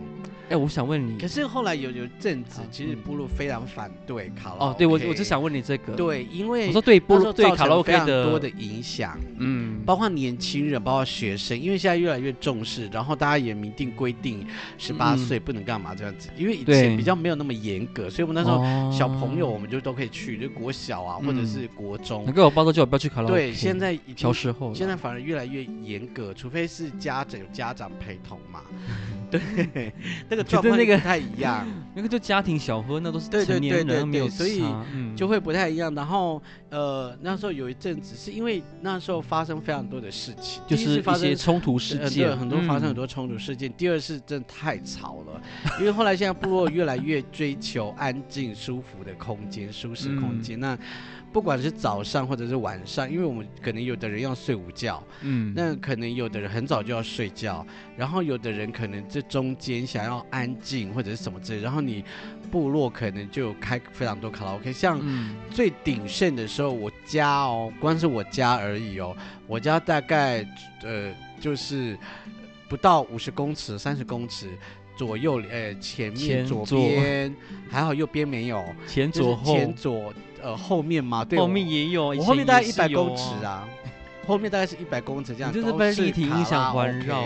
[SPEAKER 1] 哎，我想问你
[SPEAKER 2] 可，是后来有有阵子
[SPEAKER 1] 好，
[SPEAKER 2] 其实
[SPEAKER 1] 嗯
[SPEAKER 2] 部落非常反对卡拉 OK。
[SPEAKER 1] 哦，对我我就想问你这个，，
[SPEAKER 2] 对，因为
[SPEAKER 1] 我说对部
[SPEAKER 2] 那时
[SPEAKER 1] 落
[SPEAKER 2] 候
[SPEAKER 1] 对
[SPEAKER 2] 造
[SPEAKER 1] 卡拉
[SPEAKER 2] 成
[SPEAKER 1] OK
[SPEAKER 2] 非常多
[SPEAKER 1] 的
[SPEAKER 2] 的，影响，
[SPEAKER 1] 嗯，
[SPEAKER 2] 包括年轻人，包括学生，因为现在越来越重视，然后大家也明定规定十八
[SPEAKER 1] 嗯
[SPEAKER 2] 岁不能干嘛这样子，因为以
[SPEAKER 1] 对
[SPEAKER 2] 前比较没有那么严格，所以我们那时候
[SPEAKER 1] 哦
[SPEAKER 2] 小朋友，我们就都可以去，就国小啊，或者
[SPEAKER 1] 嗯
[SPEAKER 2] 是国中
[SPEAKER 1] 你。跟我爸说叫我不要去卡拉 OK，
[SPEAKER 2] 对，现在已
[SPEAKER 1] 小
[SPEAKER 2] 经
[SPEAKER 1] 时候了，
[SPEAKER 2] 现在反而越来越严格，除非是家长有家长陪同 嘛。对，那个
[SPEAKER 1] 觉
[SPEAKER 2] 状
[SPEAKER 1] 得
[SPEAKER 2] 况
[SPEAKER 1] 那
[SPEAKER 2] 就
[SPEAKER 1] 个
[SPEAKER 2] 不太一样。
[SPEAKER 1] 那个就家庭小喝，那都是
[SPEAKER 2] 对对
[SPEAKER 1] 成年
[SPEAKER 2] 对对
[SPEAKER 1] 人没有
[SPEAKER 2] 对所以
[SPEAKER 1] 差嗯
[SPEAKER 2] 就会不太一样。然后呃，那时候有一阵子是因为那时候发生非常多的事情，
[SPEAKER 1] 就
[SPEAKER 2] 第一
[SPEAKER 1] 是
[SPEAKER 2] 是
[SPEAKER 1] 一
[SPEAKER 2] 发
[SPEAKER 1] 些
[SPEAKER 2] 生。
[SPEAKER 1] 冲突事
[SPEAKER 2] 呃对，
[SPEAKER 1] 件，
[SPEAKER 2] 很多发生
[SPEAKER 1] 嗯
[SPEAKER 2] 很多冲突事件。第二是真的太吵了，因为后来现在部落越来越追求安静、舒服的空间、舒
[SPEAKER 1] 嗯
[SPEAKER 2] 适空间。那不管是早上或者是晚上，因为我们可能有的人要睡午觉，
[SPEAKER 1] 嗯，
[SPEAKER 2] 那可能有的人很早就要睡觉，然后有的人可能这中间想要安静或者是什么之类，然后你部落可能就开非常多卡拉 OK，像
[SPEAKER 1] 嗯
[SPEAKER 2] 最鼎盛的时候，我家哦，光是我家而已哦，我家大概呃就是不到五十公尺、三十公尺左右，呃前
[SPEAKER 1] 前
[SPEAKER 2] 面左
[SPEAKER 1] 左
[SPEAKER 2] 边 还好右边没有，
[SPEAKER 1] 前
[SPEAKER 2] 就是
[SPEAKER 1] 左后，
[SPEAKER 2] 前左呃后面嘛，对，
[SPEAKER 1] 后
[SPEAKER 2] 我
[SPEAKER 1] 面也有，以
[SPEAKER 2] 我后
[SPEAKER 1] 前
[SPEAKER 2] 面大概
[SPEAKER 1] 也
[SPEAKER 2] 一
[SPEAKER 1] 是
[SPEAKER 2] 百
[SPEAKER 1] 有
[SPEAKER 2] 公尺
[SPEAKER 1] 啊，
[SPEAKER 2] 啊。后面大概是一百公尺这样，
[SPEAKER 1] 你就是
[SPEAKER 2] 都
[SPEAKER 1] 被
[SPEAKER 2] 是
[SPEAKER 1] 立体
[SPEAKER 2] 卡
[SPEAKER 1] 音
[SPEAKER 2] 拉
[SPEAKER 1] 响环
[SPEAKER 2] OK
[SPEAKER 1] 绕，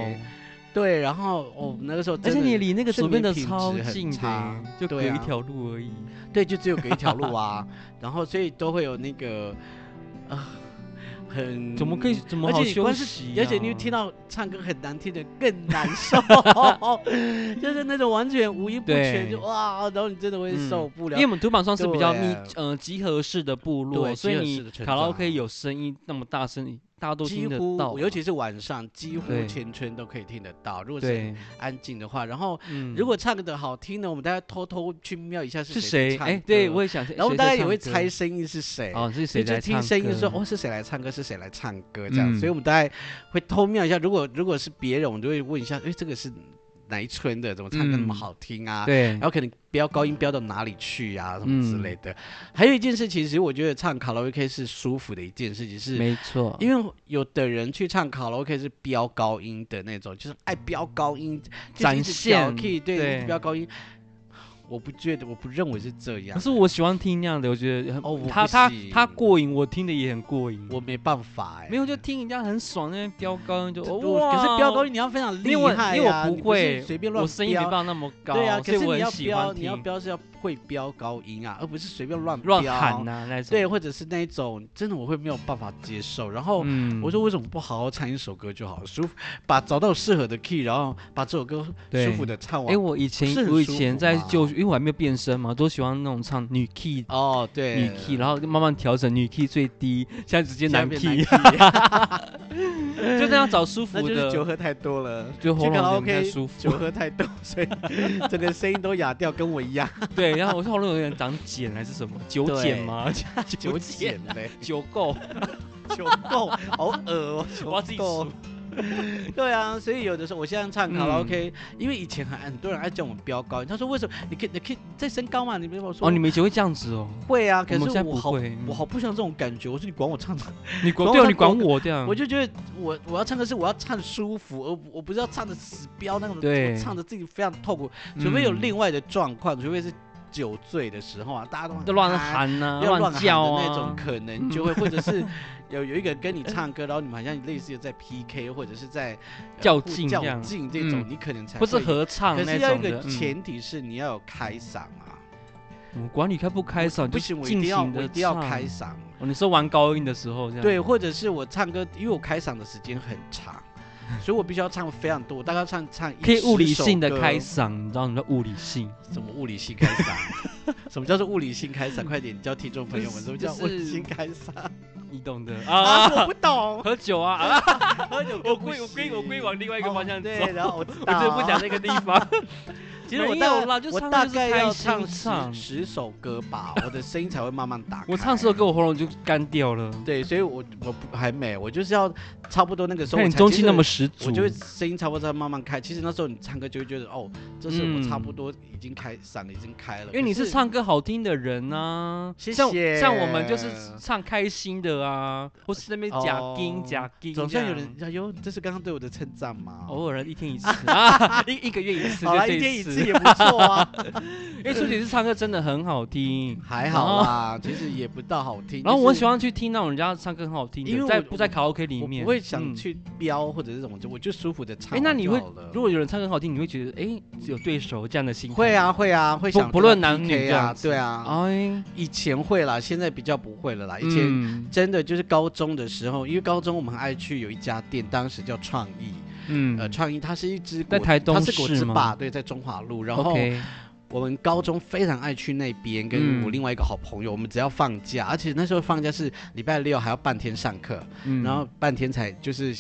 [SPEAKER 2] 对，然后我、哦、那个时候
[SPEAKER 1] 而
[SPEAKER 2] 真的，
[SPEAKER 1] 且你离那个左边的
[SPEAKER 2] 睡眠
[SPEAKER 1] 超
[SPEAKER 2] 品质很
[SPEAKER 1] 近的
[SPEAKER 2] 差
[SPEAKER 1] 欸，就隔
[SPEAKER 2] 对
[SPEAKER 1] 一
[SPEAKER 2] 啊
[SPEAKER 1] 条路而已。
[SPEAKER 2] 对，就只有隔一条路啊， 然后所以都会有那个啊、很
[SPEAKER 1] 怎么可以？怎么
[SPEAKER 2] 而
[SPEAKER 1] 好
[SPEAKER 2] 且你
[SPEAKER 1] 休
[SPEAKER 2] 光是
[SPEAKER 1] 息啊？
[SPEAKER 2] 而且你又听到唱歌很难听的更难 受， 就是那种完全五音不全，
[SPEAKER 1] 对
[SPEAKER 2] 就哇，然后你真的会
[SPEAKER 1] 嗯
[SPEAKER 2] 受不了。
[SPEAKER 1] 因为我们土板上是比较密
[SPEAKER 2] 对
[SPEAKER 1] 呃集合式的部落，
[SPEAKER 2] 对
[SPEAKER 1] 所以
[SPEAKER 2] 集合式
[SPEAKER 1] 你
[SPEAKER 2] 的成
[SPEAKER 1] 卡拉
[SPEAKER 2] 长
[SPEAKER 1] OK 有声音那么大声，大家都
[SPEAKER 2] 几
[SPEAKER 1] 听得
[SPEAKER 2] 乎
[SPEAKER 1] 到啊。
[SPEAKER 2] 尤其是晚上，几乎
[SPEAKER 1] 对
[SPEAKER 2] 全村都可以听得到。如果是
[SPEAKER 1] 对，
[SPEAKER 2] 安静的话，然后
[SPEAKER 1] 嗯
[SPEAKER 2] 如果唱的好听呢，我们大家偷偷去瞄一下
[SPEAKER 1] 是
[SPEAKER 2] 谁
[SPEAKER 1] 谁？
[SPEAKER 2] 在唱
[SPEAKER 1] 哎，对
[SPEAKER 2] 歌
[SPEAKER 1] 我也想，
[SPEAKER 2] 然后
[SPEAKER 1] 谁
[SPEAKER 2] 大
[SPEAKER 1] 在
[SPEAKER 2] 家也
[SPEAKER 1] 唱
[SPEAKER 2] 会
[SPEAKER 1] 歌
[SPEAKER 2] 猜声音是谁。
[SPEAKER 1] 哦，是谁
[SPEAKER 2] 就
[SPEAKER 1] 在
[SPEAKER 2] 听
[SPEAKER 1] 唱
[SPEAKER 2] 声音就说
[SPEAKER 1] 歌
[SPEAKER 2] 哦是谁来唱歌是谁来唱歌这样，
[SPEAKER 1] 嗯
[SPEAKER 2] 所以我们大概会偷瞄一下。如果如果是别人，我们就会问一下，哎，这个是哪一村的，怎么唱歌那么
[SPEAKER 1] 嗯
[SPEAKER 2] 好听啊？
[SPEAKER 1] 对
[SPEAKER 2] 然，后可能飙高音飙到哪里去呀、什么之
[SPEAKER 1] 嗯
[SPEAKER 2] 类的。还有一件事，其实我觉得唱卡拉 OK 是舒服的一件事情是，
[SPEAKER 1] 没错，
[SPEAKER 2] 因为有的人去唱卡拉 OK 是飙高音的那种，就是爱飙高音，
[SPEAKER 1] 展现
[SPEAKER 2] 可以对
[SPEAKER 1] 对
[SPEAKER 2] 一直飙高音。我不觉得，我不认为是这样。
[SPEAKER 1] 可是我喜欢听那样的，我觉得很
[SPEAKER 2] 哦我不
[SPEAKER 1] 他他
[SPEAKER 2] 行
[SPEAKER 1] 他过瘾，我听的也很过瘾。
[SPEAKER 2] 我没办法哎、
[SPEAKER 1] 没有就听人家很爽，那边飙高音就
[SPEAKER 2] 这。
[SPEAKER 1] 哇，
[SPEAKER 2] 可是飙高音你要非常
[SPEAKER 1] 因
[SPEAKER 2] 厉
[SPEAKER 1] 为我
[SPEAKER 2] 害、啊、
[SPEAKER 1] 因为我不
[SPEAKER 2] 你
[SPEAKER 1] 会
[SPEAKER 2] 是随便乱
[SPEAKER 1] 我声音没
[SPEAKER 2] 飙
[SPEAKER 1] 办法那么高，
[SPEAKER 2] 对啊，可
[SPEAKER 1] 所以
[SPEAKER 2] 是
[SPEAKER 1] 我
[SPEAKER 2] 你要
[SPEAKER 1] 很喜
[SPEAKER 2] 飙，
[SPEAKER 1] 欢
[SPEAKER 2] 你要
[SPEAKER 1] 听
[SPEAKER 2] 飙是要会飙高音啊，而不是随便乱
[SPEAKER 1] 乱
[SPEAKER 2] 飙
[SPEAKER 1] 喊啊呐、那种。
[SPEAKER 2] 对，，或者是那种真的我会没有办法接受。然后
[SPEAKER 1] 嗯
[SPEAKER 2] 我说为什么不好好唱一首歌就好，舒服，把找到适合的 key，然后把这首歌舒
[SPEAKER 1] 对
[SPEAKER 2] 服的唱
[SPEAKER 1] 哎、
[SPEAKER 2] 完。
[SPEAKER 1] 我以前
[SPEAKER 2] 是很
[SPEAKER 1] 我以
[SPEAKER 2] 舒
[SPEAKER 1] 前
[SPEAKER 2] 服
[SPEAKER 1] 在
[SPEAKER 2] 嘛
[SPEAKER 1] 就因为我还没有变声嘛，都喜欢那种唱女 key
[SPEAKER 2] 哦，对，
[SPEAKER 1] 女 key，然后慢慢调整女 key 最低，现在直接
[SPEAKER 2] 现在
[SPEAKER 1] 男
[SPEAKER 2] 变
[SPEAKER 1] key，就那样找舒服
[SPEAKER 2] 那就是
[SPEAKER 1] 的，
[SPEAKER 2] 酒喝太多了。
[SPEAKER 1] 就喉
[SPEAKER 2] 去卡拉
[SPEAKER 1] 咙有点
[SPEAKER 2] OK，
[SPEAKER 1] 不太舒
[SPEAKER 2] 酒
[SPEAKER 1] 服。
[SPEAKER 2] 喝太多，所以整个声音都哑掉，跟我 一样。
[SPEAKER 1] 对，然后我说喉咙有点长茧还是什么，酒茧
[SPEAKER 2] 对
[SPEAKER 1] 吗？
[SPEAKER 2] 酒
[SPEAKER 1] 茧
[SPEAKER 2] 碱嘞，
[SPEAKER 1] 酒垢，
[SPEAKER 2] 酒够，好恶哦，
[SPEAKER 1] 我要自己
[SPEAKER 2] 酒垢
[SPEAKER 1] 数。
[SPEAKER 2] 对啊，所以有的时候我现在唱卡拉
[SPEAKER 1] 嗯
[SPEAKER 2] OK，、因为以前很很多人爱叫我们飙高音，他说为什么你可以你可以再升高嘛？你没我说
[SPEAKER 1] 哦，你们以前会这样子哦？
[SPEAKER 2] 会啊，可
[SPEAKER 1] 我们
[SPEAKER 2] 是
[SPEAKER 1] 现在
[SPEAKER 2] 我
[SPEAKER 1] 不
[SPEAKER 2] 好
[SPEAKER 1] 会
[SPEAKER 2] 我好不喜欢这种感觉。我说你管我唱什么，
[SPEAKER 1] 你管
[SPEAKER 2] 然后
[SPEAKER 1] 对哦，
[SPEAKER 2] 他
[SPEAKER 1] 你管
[SPEAKER 2] 给
[SPEAKER 1] 我这样，
[SPEAKER 2] 我就觉得我我要唱歌是我要唱舒服，而我不是要唱的死飙那种，
[SPEAKER 1] 对
[SPEAKER 2] 我唱的自己非常痛苦。除非有
[SPEAKER 1] 嗯
[SPEAKER 2] 另外的状况，除非是酒醉的时候啊，大家都
[SPEAKER 1] 都乱。喊呐、
[SPEAKER 2] 要乱喊
[SPEAKER 1] 叫
[SPEAKER 2] 的
[SPEAKER 1] 啊
[SPEAKER 2] 那种，可能就会，或 者是有有一个人跟你唱歌，然后你们好像类似在 PK 或者是在呃
[SPEAKER 1] 较
[SPEAKER 2] 互
[SPEAKER 1] 劲这
[SPEAKER 2] 较
[SPEAKER 1] 样
[SPEAKER 2] 劲这种，
[SPEAKER 1] 嗯
[SPEAKER 2] 你可能才
[SPEAKER 1] 不是
[SPEAKER 2] 会有
[SPEAKER 1] 合唱
[SPEAKER 2] 可
[SPEAKER 1] 那
[SPEAKER 2] 是要一
[SPEAKER 1] 种
[SPEAKER 2] 个
[SPEAKER 1] 的。嗯
[SPEAKER 2] 前提是你要有开嗓啊，
[SPEAKER 1] 我管你开不开嗓，
[SPEAKER 2] 不
[SPEAKER 1] 哦就
[SPEAKER 2] 行我一
[SPEAKER 1] 尽
[SPEAKER 2] 定要
[SPEAKER 1] 情
[SPEAKER 2] 我
[SPEAKER 1] 的
[SPEAKER 2] 一定要开嗓，
[SPEAKER 1] 哦，你说玩高音的时候这样？
[SPEAKER 2] 对，，或者是我唱歌，因为我开嗓的时间很长，所以我必须要唱非常多，我大概要唱唱一
[SPEAKER 1] 可以物理性
[SPEAKER 2] 10首
[SPEAKER 1] 的
[SPEAKER 2] 歌
[SPEAKER 1] 开嗓，你知道什么叫物理性？
[SPEAKER 2] 什么物理性开嗓？ 什么叫做物理性开嗓？快点，你教听众朋友们什么叫
[SPEAKER 1] 就
[SPEAKER 2] 物理
[SPEAKER 1] 是
[SPEAKER 2] 性开嗓？
[SPEAKER 1] 你懂 的
[SPEAKER 2] 啊，
[SPEAKER 1] 啊。
[SPEAKER 2] 我不懂，
[SPEAKER 1] 喝酒啊啊！
[SPEAKER 2] 喝酒
[SPEAKER 1] 我
[SPEAKER 2] 歌不
[SPEAKER 1] 归我归我归
[SPEAKER 2] 行
[SPEAKER 1] 往另外一个方向
[SPEAKER 2] 哦
[SPEAKER 1] 走，
[SPEAKER 2] 对，然后我知
[SPEAKER 1] 我
[SPEAKER 2] 道，啊
[SPEAKER 1] 就不 讲。那个地方。
[SPEAKER 2] 其实我
[SPEAKER 1] 没
[SPEAKER 2] 大
[SPEAKER 1] 有啦就
[SPEAKER 2] 啊我
[SPEAKER 1] 唱歌
[SPEAKER 2] 大
[SPEAKER 1] 就是
[SPEAKER 2] 概
[SPEAKER 1] 开
[SPEAKER 2] 要
[SPEAKER 1] 心
[SPEAKER 2] 唱
[SPEAKER 1] 唱
[SPEAKER 2] 十十首歌 吧，我的声音才会慢慢打开。啊
[SPEAKER 1] 我唱这首歌，我喉咙就干掉了。
[SPEAKER 2] 对，所以我我不还没，我就是要差不多那个时候，
[SPEAKER 1] 看
[SPEAKER 2] 我
[SPEAKER 1] 你
[SPEAKER 2] 才
[SPEAKER 1] 中
[SPEAKER 2] 其
[SPEAKER 1] 气
[SPEAKER 2] 实
[SPEAKER 1] 那么十足，
[SPEAKER 2] 我就会声音差不多在慢慢开。其实那时候你唱歌就会觉得，哦，这是我差不多已经开嗓了，已经开了。
[SPEAKER 1] 嗯因为你
[SPEAKER 2] 可
[SPEAKER 1] 是唱歌好听的人啊，
[SPEAKER 2] 谢
[SPEAKER 1] 像
[SPEAKER 2] 谢
[SPEAKER 1] 像我们就是唱开心的啊，或是那边假
[SPEAKER 2] 哦
[SPEAKER 1] 金假金，
[SPEAKER 2] 总算有人，
[SPEAKER 1] 啊
[SPEAKER 2] 哎呦，这是刚刚对我的称赞吗？
[SPEAKER 1] 偶尔一天 一次啊，哦一一个月一次，
[SPEAKER 2] 好
[SPEAKER 1] 就
[SPEAKER 2] 啦，
[SPEAKER 1] 这
[SPEAKER 2] 一天一次
[SPEAKER 1] 次。
[SPEAKER 2] 也不错 啊，
[SPEAKER 1] 因为楚姐是唱歌真的很好 听，
[SPEAKER 2] 还好啦，其实也不到好听。
[SPEAKER 1] 然后我很喜
[SPEAKER 2] 欢，
[SPEAKER 1] 欢去听那种人家唱歌很好听
[SPEAKER 2] 因为
[SPEAKER 1] 的，
[SPEAKER 2] 我
[SPEAKER 1] 在不在卡拉 OK 里
[SPEAKER 2] 我
[SPEAKER 1] 面，
[SPEAKER 2] 不会想
[SPEAKER 1] 嗯。
[SPEAKER 2] 去飙或者是什么，就我就舒服的唱
[SPEAKER 1] 哎
[SPEAKER 2] 完就好了。
[SPEAKER 1] 那你会如果有人唱歌很好听，你会觉得哎有对手这样的心态
[SPEAKER 2] 会？啊会啊会
[SPEAKER 1] 不
[SPEAKER 2] 想
[SPEAKER 1] 不
[SPEAKER 2] 跟他
[SPEAKER 1] 论男女
[SPEAKER 2] PK
[SPEAKER 1] 这
[SPEAKER 2] 啊，
[SPEAKER 1] 样子
[SPEAKER 2] 对啊，
[SPEAKER 1] 哎，
[SPEAKER 2] 以前会啦，现在比较不会了啦，以前。
[SPEAKER 1] 嗯
[SPEAKER 2] 真的就是高中的时候，因为高中我们很爱去有一家店，当时叫创意， 呃，
[SPEAKER 1] 嗯，
[SPEAKER 2] 创意它是一只
[SPEAKER 1] 在
[SPEAKER 2] 果
[SPEAKER 1] 台东
[SPEAKER 2] 它是果
[SPEAKER 1] 市
[SPEAKER 2] 汁
[SPEAKER 1] 吗
[SPEAKER 2] 吧，对，在中华路。然后
[SPEAKER 1] OK，
[SPEAKER 2] 我们高中非常爱去那边，跟
[SPEAKER 1] 嗯
[SPEAKER 2] 我另外一个好朋友，我们只要放假，而且那时候放假是礼拜六还要半天上课，
[SPEAKER 1] 嗯
[SPEAKER 2] 然后半天才就是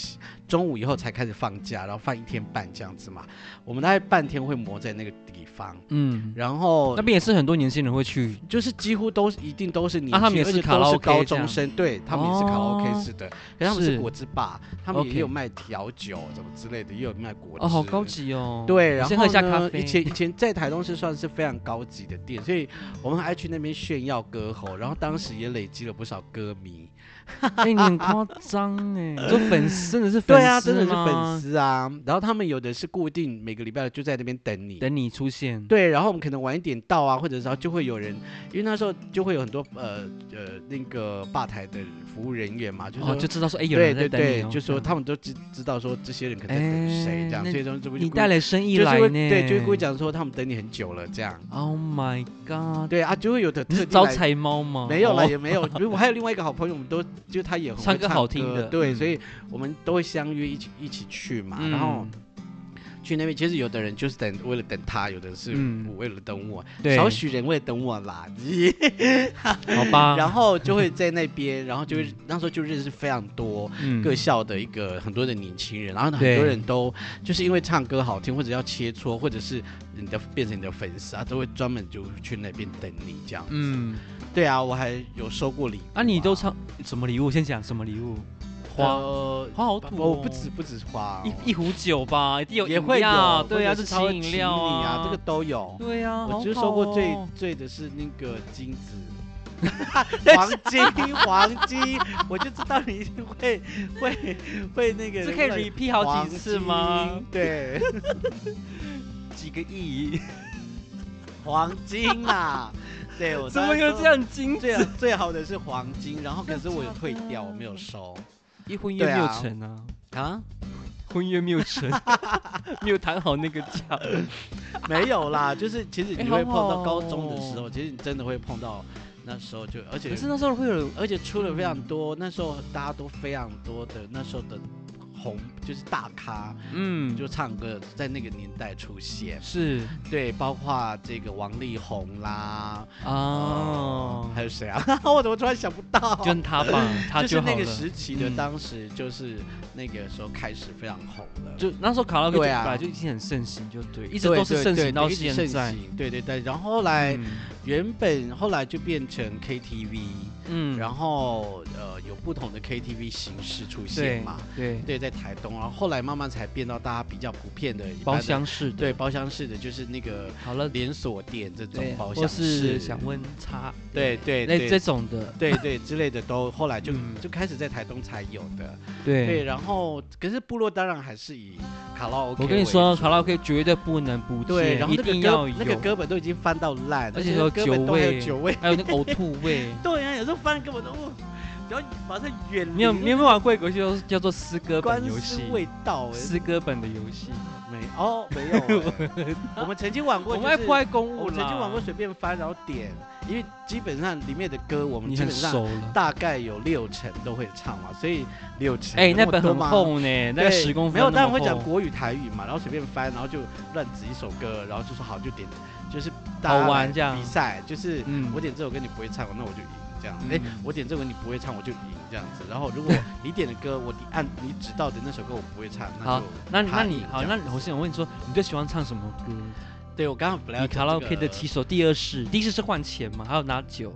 [SPEAKER 2] 中午以后才开始放假，然后放一天半这样子嘛。我们大概半天会磨在那个地方，
[SPEAKER 1] 嗯，
[SPEAKER 2] 然后
[SPEAKER 1] 那边也是很多年轻人会去，
[SPEAKER 2] 就是几乎都是一定都是你，
[SPEAKER 1] 啊他们也
[SPEAKER 2] 而
[SPEAKER 1] 是
[SPEAKER 2] 且都
[SPEAKER 1] 卡拉 OK
[SPEAKER 2] 高中生，对他们也是卡拉 OK
[SPEAKER 1] 哦
[SPEAKER 2] 是的，可是他们是
[SPEAKER 1] 是
[SPEAKER 2] 果汁吧，他们也
[SPEAKER 1] OK
[SPEAKER 2] 有卖调酒什么之类的，也有卖果汁。
[SPEAKER 1] 哦，好高。级哦。
[SPEAKER 2] 对，
[SPEAKER 1] 我
[SPEAKER 2] 然后
[SPEAKER 1] 先喝一下咖
[SPEAKER 2] 呢
[SPEAKER 1] 啡
[SPEAKER 2] 以前以前在台东是算是非常高级的店，所以我们还去那边炫耀歌喉，然后当时也累积了不少歌迷。
[SPEAKER 1] 哎、你很夸张哎， 你说粉丝真的是粉丝
[SPEAKER 2] 对啊，真的是粉
[SPEAKER 1] 吗，
[SPEAKER 2] 丝啊。然后他们有的是固定每个礼拜就在那边等你。
[SPEAKER 1] 等你出现。
[SPEAKER 2] 对，然后我们可能晚一点到啊，或者是然后就会有人，因为那时候就会有很多呃呃那个吧台的服务人员嘛，就说、
[SPEAKER 1] 哦，就知道说，哎、有
[SPEAKER 2] 对
[SPEAKER 1] 人在
[SPEAKER 2] 对
[SPEAKER 1] 等你、
[SPEAKER 2] 对
[SPEAKER 1] 哦。，
[SPEAKER 2] 就说他
[SPEAKER 1] 们，
[SPEAKER 2] 们都知知道说这些人可能在等谁这样，
[SPEAKER 1] 哎
[SPEAKER 2] 所以他们这不就
[SPEAKER 1] 你
[SPEAKER 2] 故
[SPEAKER 1] 带
[SPEAKER 2] 意
[SPEAKER 1] 了生意
[SPEAKER 2] 就是
[SPEAKER 1] 来
[SPEAKER 2] 会
[SPEAKER 1] 呢？
[SPEAKER 2] 对，就会故意讲说他们等你很久了这样，
[SPEAKER 1] Oh my god！
[SPEAKER 2] 对啊，就会有的
[SPEAKER 1] 你
[SPEAKER 2] 特
[SPEAKER 1] 是
[SPEAKER 2] 地
[SPEAKER 1] 招
[SPEAKER 2] 来
[SPEAKER 1] 财猫吗？
[SPEAKER 2] 没有啦，
[SPEAKER 1] 哦
[SPEAKER 2] 也没有。因为我还有另外一个好朋友，我们都就他也很会
[SPEAKER 1] 唱歌好听
[SPEAKER 2] 歌
[SPEAKER 1] 的
[SPEAKER 2] 对，
[SPEAKER 1] 嗯
[SPEAKER 2] 所以我们都会相约一起一起去嘛。
[SPEAKER 1] 嗯
[SPEAKER 2] 然后去那边，其实有的人就是等为了等他，有的是
[SPEAKER 1] 嗯
[SPEAKER 2] 为了等我，
[SPEAKER 1] 对
[SPEAKER 2] 少许人为了等我啦。
[SPEAKER 1] 好吧，
[SPEAKER 2] 然后就会在那边，然后就会那时候就认识非常多
[SPEAKER 1] 嗯
[SPEAKER 2] 各校的一个很多的年轻人，然后很
[SPEAKER 1] 对
[SPEAKER 2] 多人都就是因为唱歌好听，或者要切磋，或者是你的变成你的粉丝啊，都会专门就去那边等你这样。
[SPEAKER 1] 嗯，
[SPEAKER 2] 对啊，我还有收过礼物
[SPEAKER 1] 啊，你都唱什么礼物？先讲什么礼物？花，
[SPEAKER 2] 呃
[SPEAKER 1] 花好土
[SPEAKER 2] 我
[SPEAKER 1] 哦，
[SPEAKER 2] 不止不止花、哦，
[SPEAKER 1] 一一壶酒吧，一定有
[SPEAKER 2] 也
[SPEAKER 1] 饮
[SPEAKER 2] 会
[SPEAKER 1] 料
[SPEAKER 2] 有，
[SPEAKER 1] 对啊，
[SPEAKER 2] 或
[SPEAKER 1] 就
[SPEAKER 2] 者
[SPEAKER 1] 是是
[SPEAKER 2] 他会
[SPEAKER 1] 饮
[SPEAKER 2] 请
[SPEAKER 1] 料
[SPEAKER 2] 你啊，这个都有。
[SPEAKER 1] 对啊，
[SPEAKER 2] 我就
[SPEAKER 1] 好
[SPEAKER 2] 收过
[SPEAKER 1] 好
[SPEAKER 2] 最
[SPEAKER 1] 哦
[SPEAKER 2] 最的是那个金子， 黄金黄金，我就知道你一定会会会那个。
[SPEAKER 1] 这可以 repeat 好几次吗？？
[SPEAKER 2] 对，
[SPEAKER 1] 几个亿？
[SPEAKER 2] 黄金啊，对我
[SPEAKER 1] 怎么
[SPEAKER 2] 当时
[SPEAKER 1] 有
[SPEAKER 2] 说
[SPEAKER 1] 这？样 精
[SPEAKER 2] 最
[SPEAKER 1] 致？
[SPEAKER 2] 好最好的是黄金，然后可是我有
[SPEAKER 1] 真的
[SPEAKER 2] 退
[SPEAKER 1] 假的
[SPEAKER 2] 掉，我没有收
[SPEAKER 1] 一婚约
[SPEAKER 2] 对
[SPEAKER 1] 没有
[SPEAKER 2] 啊
[SPEAKER 1] 成啊，
[SPEAKER 2] 啊，
[SPEAKER 1] 婚约没有成， 没有谈好那个价。
[SPEAKER 2] 没有啦，就是其实
[SPEAKER 1] 哎
[SPEAKER 2] 你会碰
[SPEAKER 1] 好好
[SPEAKER 2] 到高中的时候，
[SPEAKER 1] 哦
[SPEAKER 2] 其实你真的会碰到那时候就，而且
[SPEAKER 1] 可是那时候会有人，
[SPEAKER 2] 而且出了非常多，那时候大家都非常多的那时候的红就是大咖，
[SPEAKER 1] 嗯，
[SPEAKER 2] 就唱歌在那个年代出现，
[SPEAKER 1] 是
[SPEAKER 2] 对，包括这个王力宏啦，
[SPEAKER 1] 哦
[SPEAKER 2] 呃，还有谁啊？ 我怎么突然想不到？
[SPEAKER 1] 就是他吧，他
[SPEAKER 2] 就是
[SPEAKER 1] 好
[SPEAKER 2] 那个
[SPEAKER 1] 了。
[SPEAKER 2] 时期的，
[SPEAKER 1] 嗯
[SPEAKER 2] 当时就是那个时候开始非常红了，
[SPEAKER 1] 就那时候卡拉 OK 就
[SPEAKER 2] 对
[SPEAKER 1] 本
[SPEAKER 2] 啊
[SPEAKER 1] 来就已经很盛行，就对，一
[SPEAKER 2] 一
[SPEAKER 1] 直都是盛行到现在。
[SPEAKER 2] 对对对，然后后来、
[SPEAKER 1] 嗯
[SPEAKER 2] 原本后来就变成 KTV，、
[SPEAKER 1] 嗯
[SPEAKER 2] 然后呃有不同的 KTV 形式出现嘛，
[SPEAKER 1] 对，
[SPEAKER 2] 对，在台东，然后后来慢慢才变到大家比较普遍的一般
[SPEAKER 1] 包
[SPEAKER 2] 的，
[SPEAKER 1] 厢式的。
[SPEAKER 2] 对包厢式的，就是那个
[SPEAKER 1] 好了，
[SPEAKER 2] 连锁店这
[SPEAKER 1] 对
[SPEAKER 2] 种，包
[SPEAKER 1] 或
[SPEAKER 2] 厢
[SPEAKER 1] 是
[SPEAKER 2] 式，
[SPEAKER 1] 想问差，
[SPEAKER 2] 对对
[SPEAKER 1] 那这
[SPEAKER 2] 对
[SPEAKER 1] 种的，
[SPEAKER 2] 对对之类的都后来就、
[SPEAKER 1] 嗯
[SPEAKER 2] 就开始在台东才有的，对，
[SPEAKER 1] 对。
[SPEAKER 2] 然后可是部落当然还是以卡拉 OK，
[SPEAKER 1] 我跟
[SPEAKER 2] 为
[SPEAKER 1] 你说，
[SPEAKER 2] 主
[SPEAKER 1] 卡拉 OK 绝对不能不
[SPEAKER 2] 对，
[SPEAKER 1] 见，
[SPEAKER 2] 然后
[SPEAKER 1] 一
[SPEAKER 2] 那个
[SPEAKER 1] 定要
[SPEAKER 2] 歌
[SPEAKER 1] 有，
[SPEAKER 2] 那个歌本都已经翻到烂，
[SPEAKER 1] 而且
[SPEAKER 2] 那
[SPEAKER 1] 有
[SPEAKER 2] 个歌本
[SPEAKER 1] 酒
[SPEAKER 2] 都还有
[SPEAKER 1] 味
[SPEAKER 2] 酒味。
[SPEAKER 1] 还有那个呕吐味。
[SPEAKER 2] 对啊，有时候翻根本都，不要马上远离
[SPEAKER 1] 你有你有没有玩过一个游戏叫做叫做诗歌
[SPEAKER 2] 关
[SPEAKER 1] 本游
[SPEAKER 2] 系
[SPEAKER 1] 戏？
[SPEAKER 2] 味道哎、
[SPEAKER 1] 诗歌本的游戏，
[SPEAKER 2] 没哦没 有欸、我们曾经玩过、
[SPEAKER 1] 我
[SPEAKER 2] 就
[SPEAKER 1] 们
[SPEAKER 2] 是，
[SPEAKER 1] 爱不爱公
[SPEAKER 2] 我
[SPEAKER 1] 务
[SPEAKER 2] 们
[SPEAKER 1] 啦？
[SPEAKER 2] 曾经玩过随便翻然后点，因为基本上里面的歌我们
[SPEAKER 1] 你
[SPEAKER 2] 基
[SPEAKER 1] 很
[SPEAKER 2] 本上
[SPEAKER 1] 熟了。
[SPEAKER 2] 大概有六成都会唱嘛，所以六成
[SPEAKER 1] 哎，
[SPEAKER 2] 么
[SPEAKER 1] 那本
[SPEAKER 2] 多
[SPEAKER 1] 很
[SPEAKER 2] 吗。
[SPEAKER 1] 厚呢，那个
[SPEAKER 2] 对
[SPEAKER 1] 十公分
[SPEAKER 2] 没有，
[SPEAKER 1] 那
[SPEAKER 2] 当
[SPEAKER 1] 么
[SPEAKER 2] 然会讲
[SPEAKER 1] 厚
[SPEAKER 2] 国语、台语嘛，然后随便翻，然后就乱指一首歌，然后就说好就点，就是大
[SPEAKER 1] 好
[SPEAKER 2] 家
[SPEAKER 1] 玩
[SPEAKER 2] 来
[SPEAKER 1] 这样
[SPEAKER 2] 比赛，就是
[SPEAKER 1] 嗯
[SPEAKER 2] 我点这首歌你不会唱，那我就赢这样。
[SPEAKER 1] 嗯
[SPEAKER 2] 哎、我点这首歌你不会唱，我就赢这样子。然后 如果你点的歌我按你指到的那首歌我不会唱，那
[SPEAKER 1] 好
[SPEAKER 2] 就
[SPEAKER 1] 那你那
[SPEAKER 2] 怕
[SPEAKER 1] 你
[SPEAKER 2] 赢
[SPEAKER 1] 好，
[SPEAKER 2] 这
[SPEAKER 1] 那
[SPEAKER 2] 样
[SPEAKER 1] 我想问你说，你最喜欢唱什么歌？
[SPEAKER 2] 对我刚刚本来要
[SPEAKER 1] 你卡拉
[SPEAKER 2] 讲这
[SPEAKER 1] OK 的
[SPEAKER 2] 个
[SPEAKER 1] 几首，第二式，第一式是换钱嘛，还有拿酒、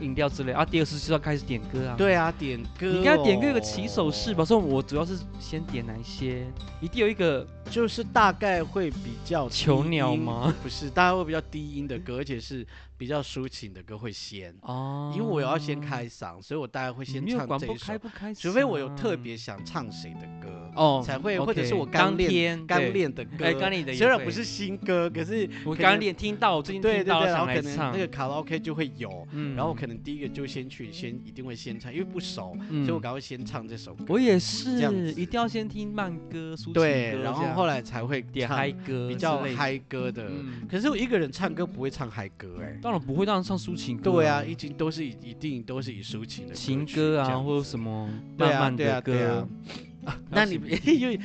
[SPEAKER 1] 饮料之类，啊，第二式就是要开始点歌啊。，
[SPEAKER 2] 对啊，点歌、
[SPEAKER 1] 你应该点歌有个起手式吧？？说我主要是先点哪一些，一定有一个
[SPEAKER 2] 就是大概会比较低
[SPEAKER 1] 囚鸟
[SPEAKER 2] 音？
[SPEAKER 1] 吗？
[SPEAKER 2] 不是，大概会比较低音的歌，而且是比较抒情的歌会先。
[SPEAKER 1] 哦，
[SPEAKER 2] 因为我要先，开嗓，所以我大概会
[SPEAKER 1] 你
[SPEAKER 2] 先
[SPEAKER 1] 没有
[SPEAKER 2] 唱
[SPEAKER 1] 管
[SPEAKER 2] 这
[SPEAKER 1] 不
[SPEAKER 2] 一
[SPEAKER 1] 开
[SPEAKER 2] 首，
[SPEAKER 1] 不开嗓，啊
[SPEAKER 2] 除非我有特别想唱谁的歌，
[SPEAKER 1] 哦
[SPEAKER 2] 才会
[SPEAKER 1] OK，
[SPEAKER 2] 或者是我
[SPEAKER 1] 当
[SPEAKER 2] 刚练
[SPEAKER 1] 天
[SPEAKER 2] 刚
[SPEAKER 1] 对
[SPEAKER 2] 练的歌，
[SPEAKER 1] 哎刚练的也
[SPEAKER 2] 虽然
[SPEAKER 1] 会
[SPEAKER 2] 不是新歌，可是
[SPEAKER 1] 我
[SPEAKER 2] 可
[SPEAKER 1] 刚
[SPEAKER 2] 能
[SPEAKER 1] 练听到，我最近
[SPEAKER 2] 对对
[SPEAKER 1] 听到
[SPEAKER 2] 对，
[SPEAKER 1] 了
[SPEAKER 2] 然后
[SPEAKER 1] 想来
[SPEAKER 2] 可能
[SPEAKER 1] 唱
[SPEAKER 2] 那个，卡拉 OK 就会有，
[SPEAKER 1] 嗯
[SPEAKER 2] 然后我可能第一个就先去先一定会先唱，因为不熟，
[SPEAKER 1] 嗯
[SPEAKER 2] 所以我赶快先唱这首歌，
[SPEAKER 1] 我也
[SPEAKER 2] 这样
[SPEAKER 1] 是，
[SPEAKER 2] 子
[SPEAKER 1] 一定要先听慢歌、抒情
[SPEAKER 2] 对，
[SPEAKER 1] 歌
[SPEAKER 2] 然后
[SPEAKER 1] 这样
[SPEAKER 2] 后来才会
[SPEAKER 1] 点
[SPEAKER 2] 唱
[SPEAKER 1] 嗨歌
[SPEAKER 2] 比较
[SPEAKER 1] 之类的，
[SPEAKER 2] 嗨歌的。
[SPEAKER 1] 嗯，
[SPEAKER 2] 可是我一个人唱歌不会唱嗨歌哎，
[SPEAKER 1] 当然不会让人唱抒情歌，
[SPEAKER 2] 对啊，一定都是以一定都是以抒情的
[SPEAKER 1] 情
[SPEAKER 2] 曲
[SPEAKER 1] 歌
[SPEAKER 2] 这
[SPEAKER 1] 啊，
[SPEAKER 2] 样
[SPEAKER 1] 或者
[SPEAKER 2] 子
[SPEAKER 1] 什么
[SPEAKER 2] 对
[SPEAKER 1] 慢
[SPEAKER 2] 啊
[SPEAKER 1] 慢
[SPEAKER 2] 对啊
[SPEAKER 1] 的
[SPEAKER 2] 对啊
[SPEAKER 1] 歌。
[SPEAKER 2] 那你因为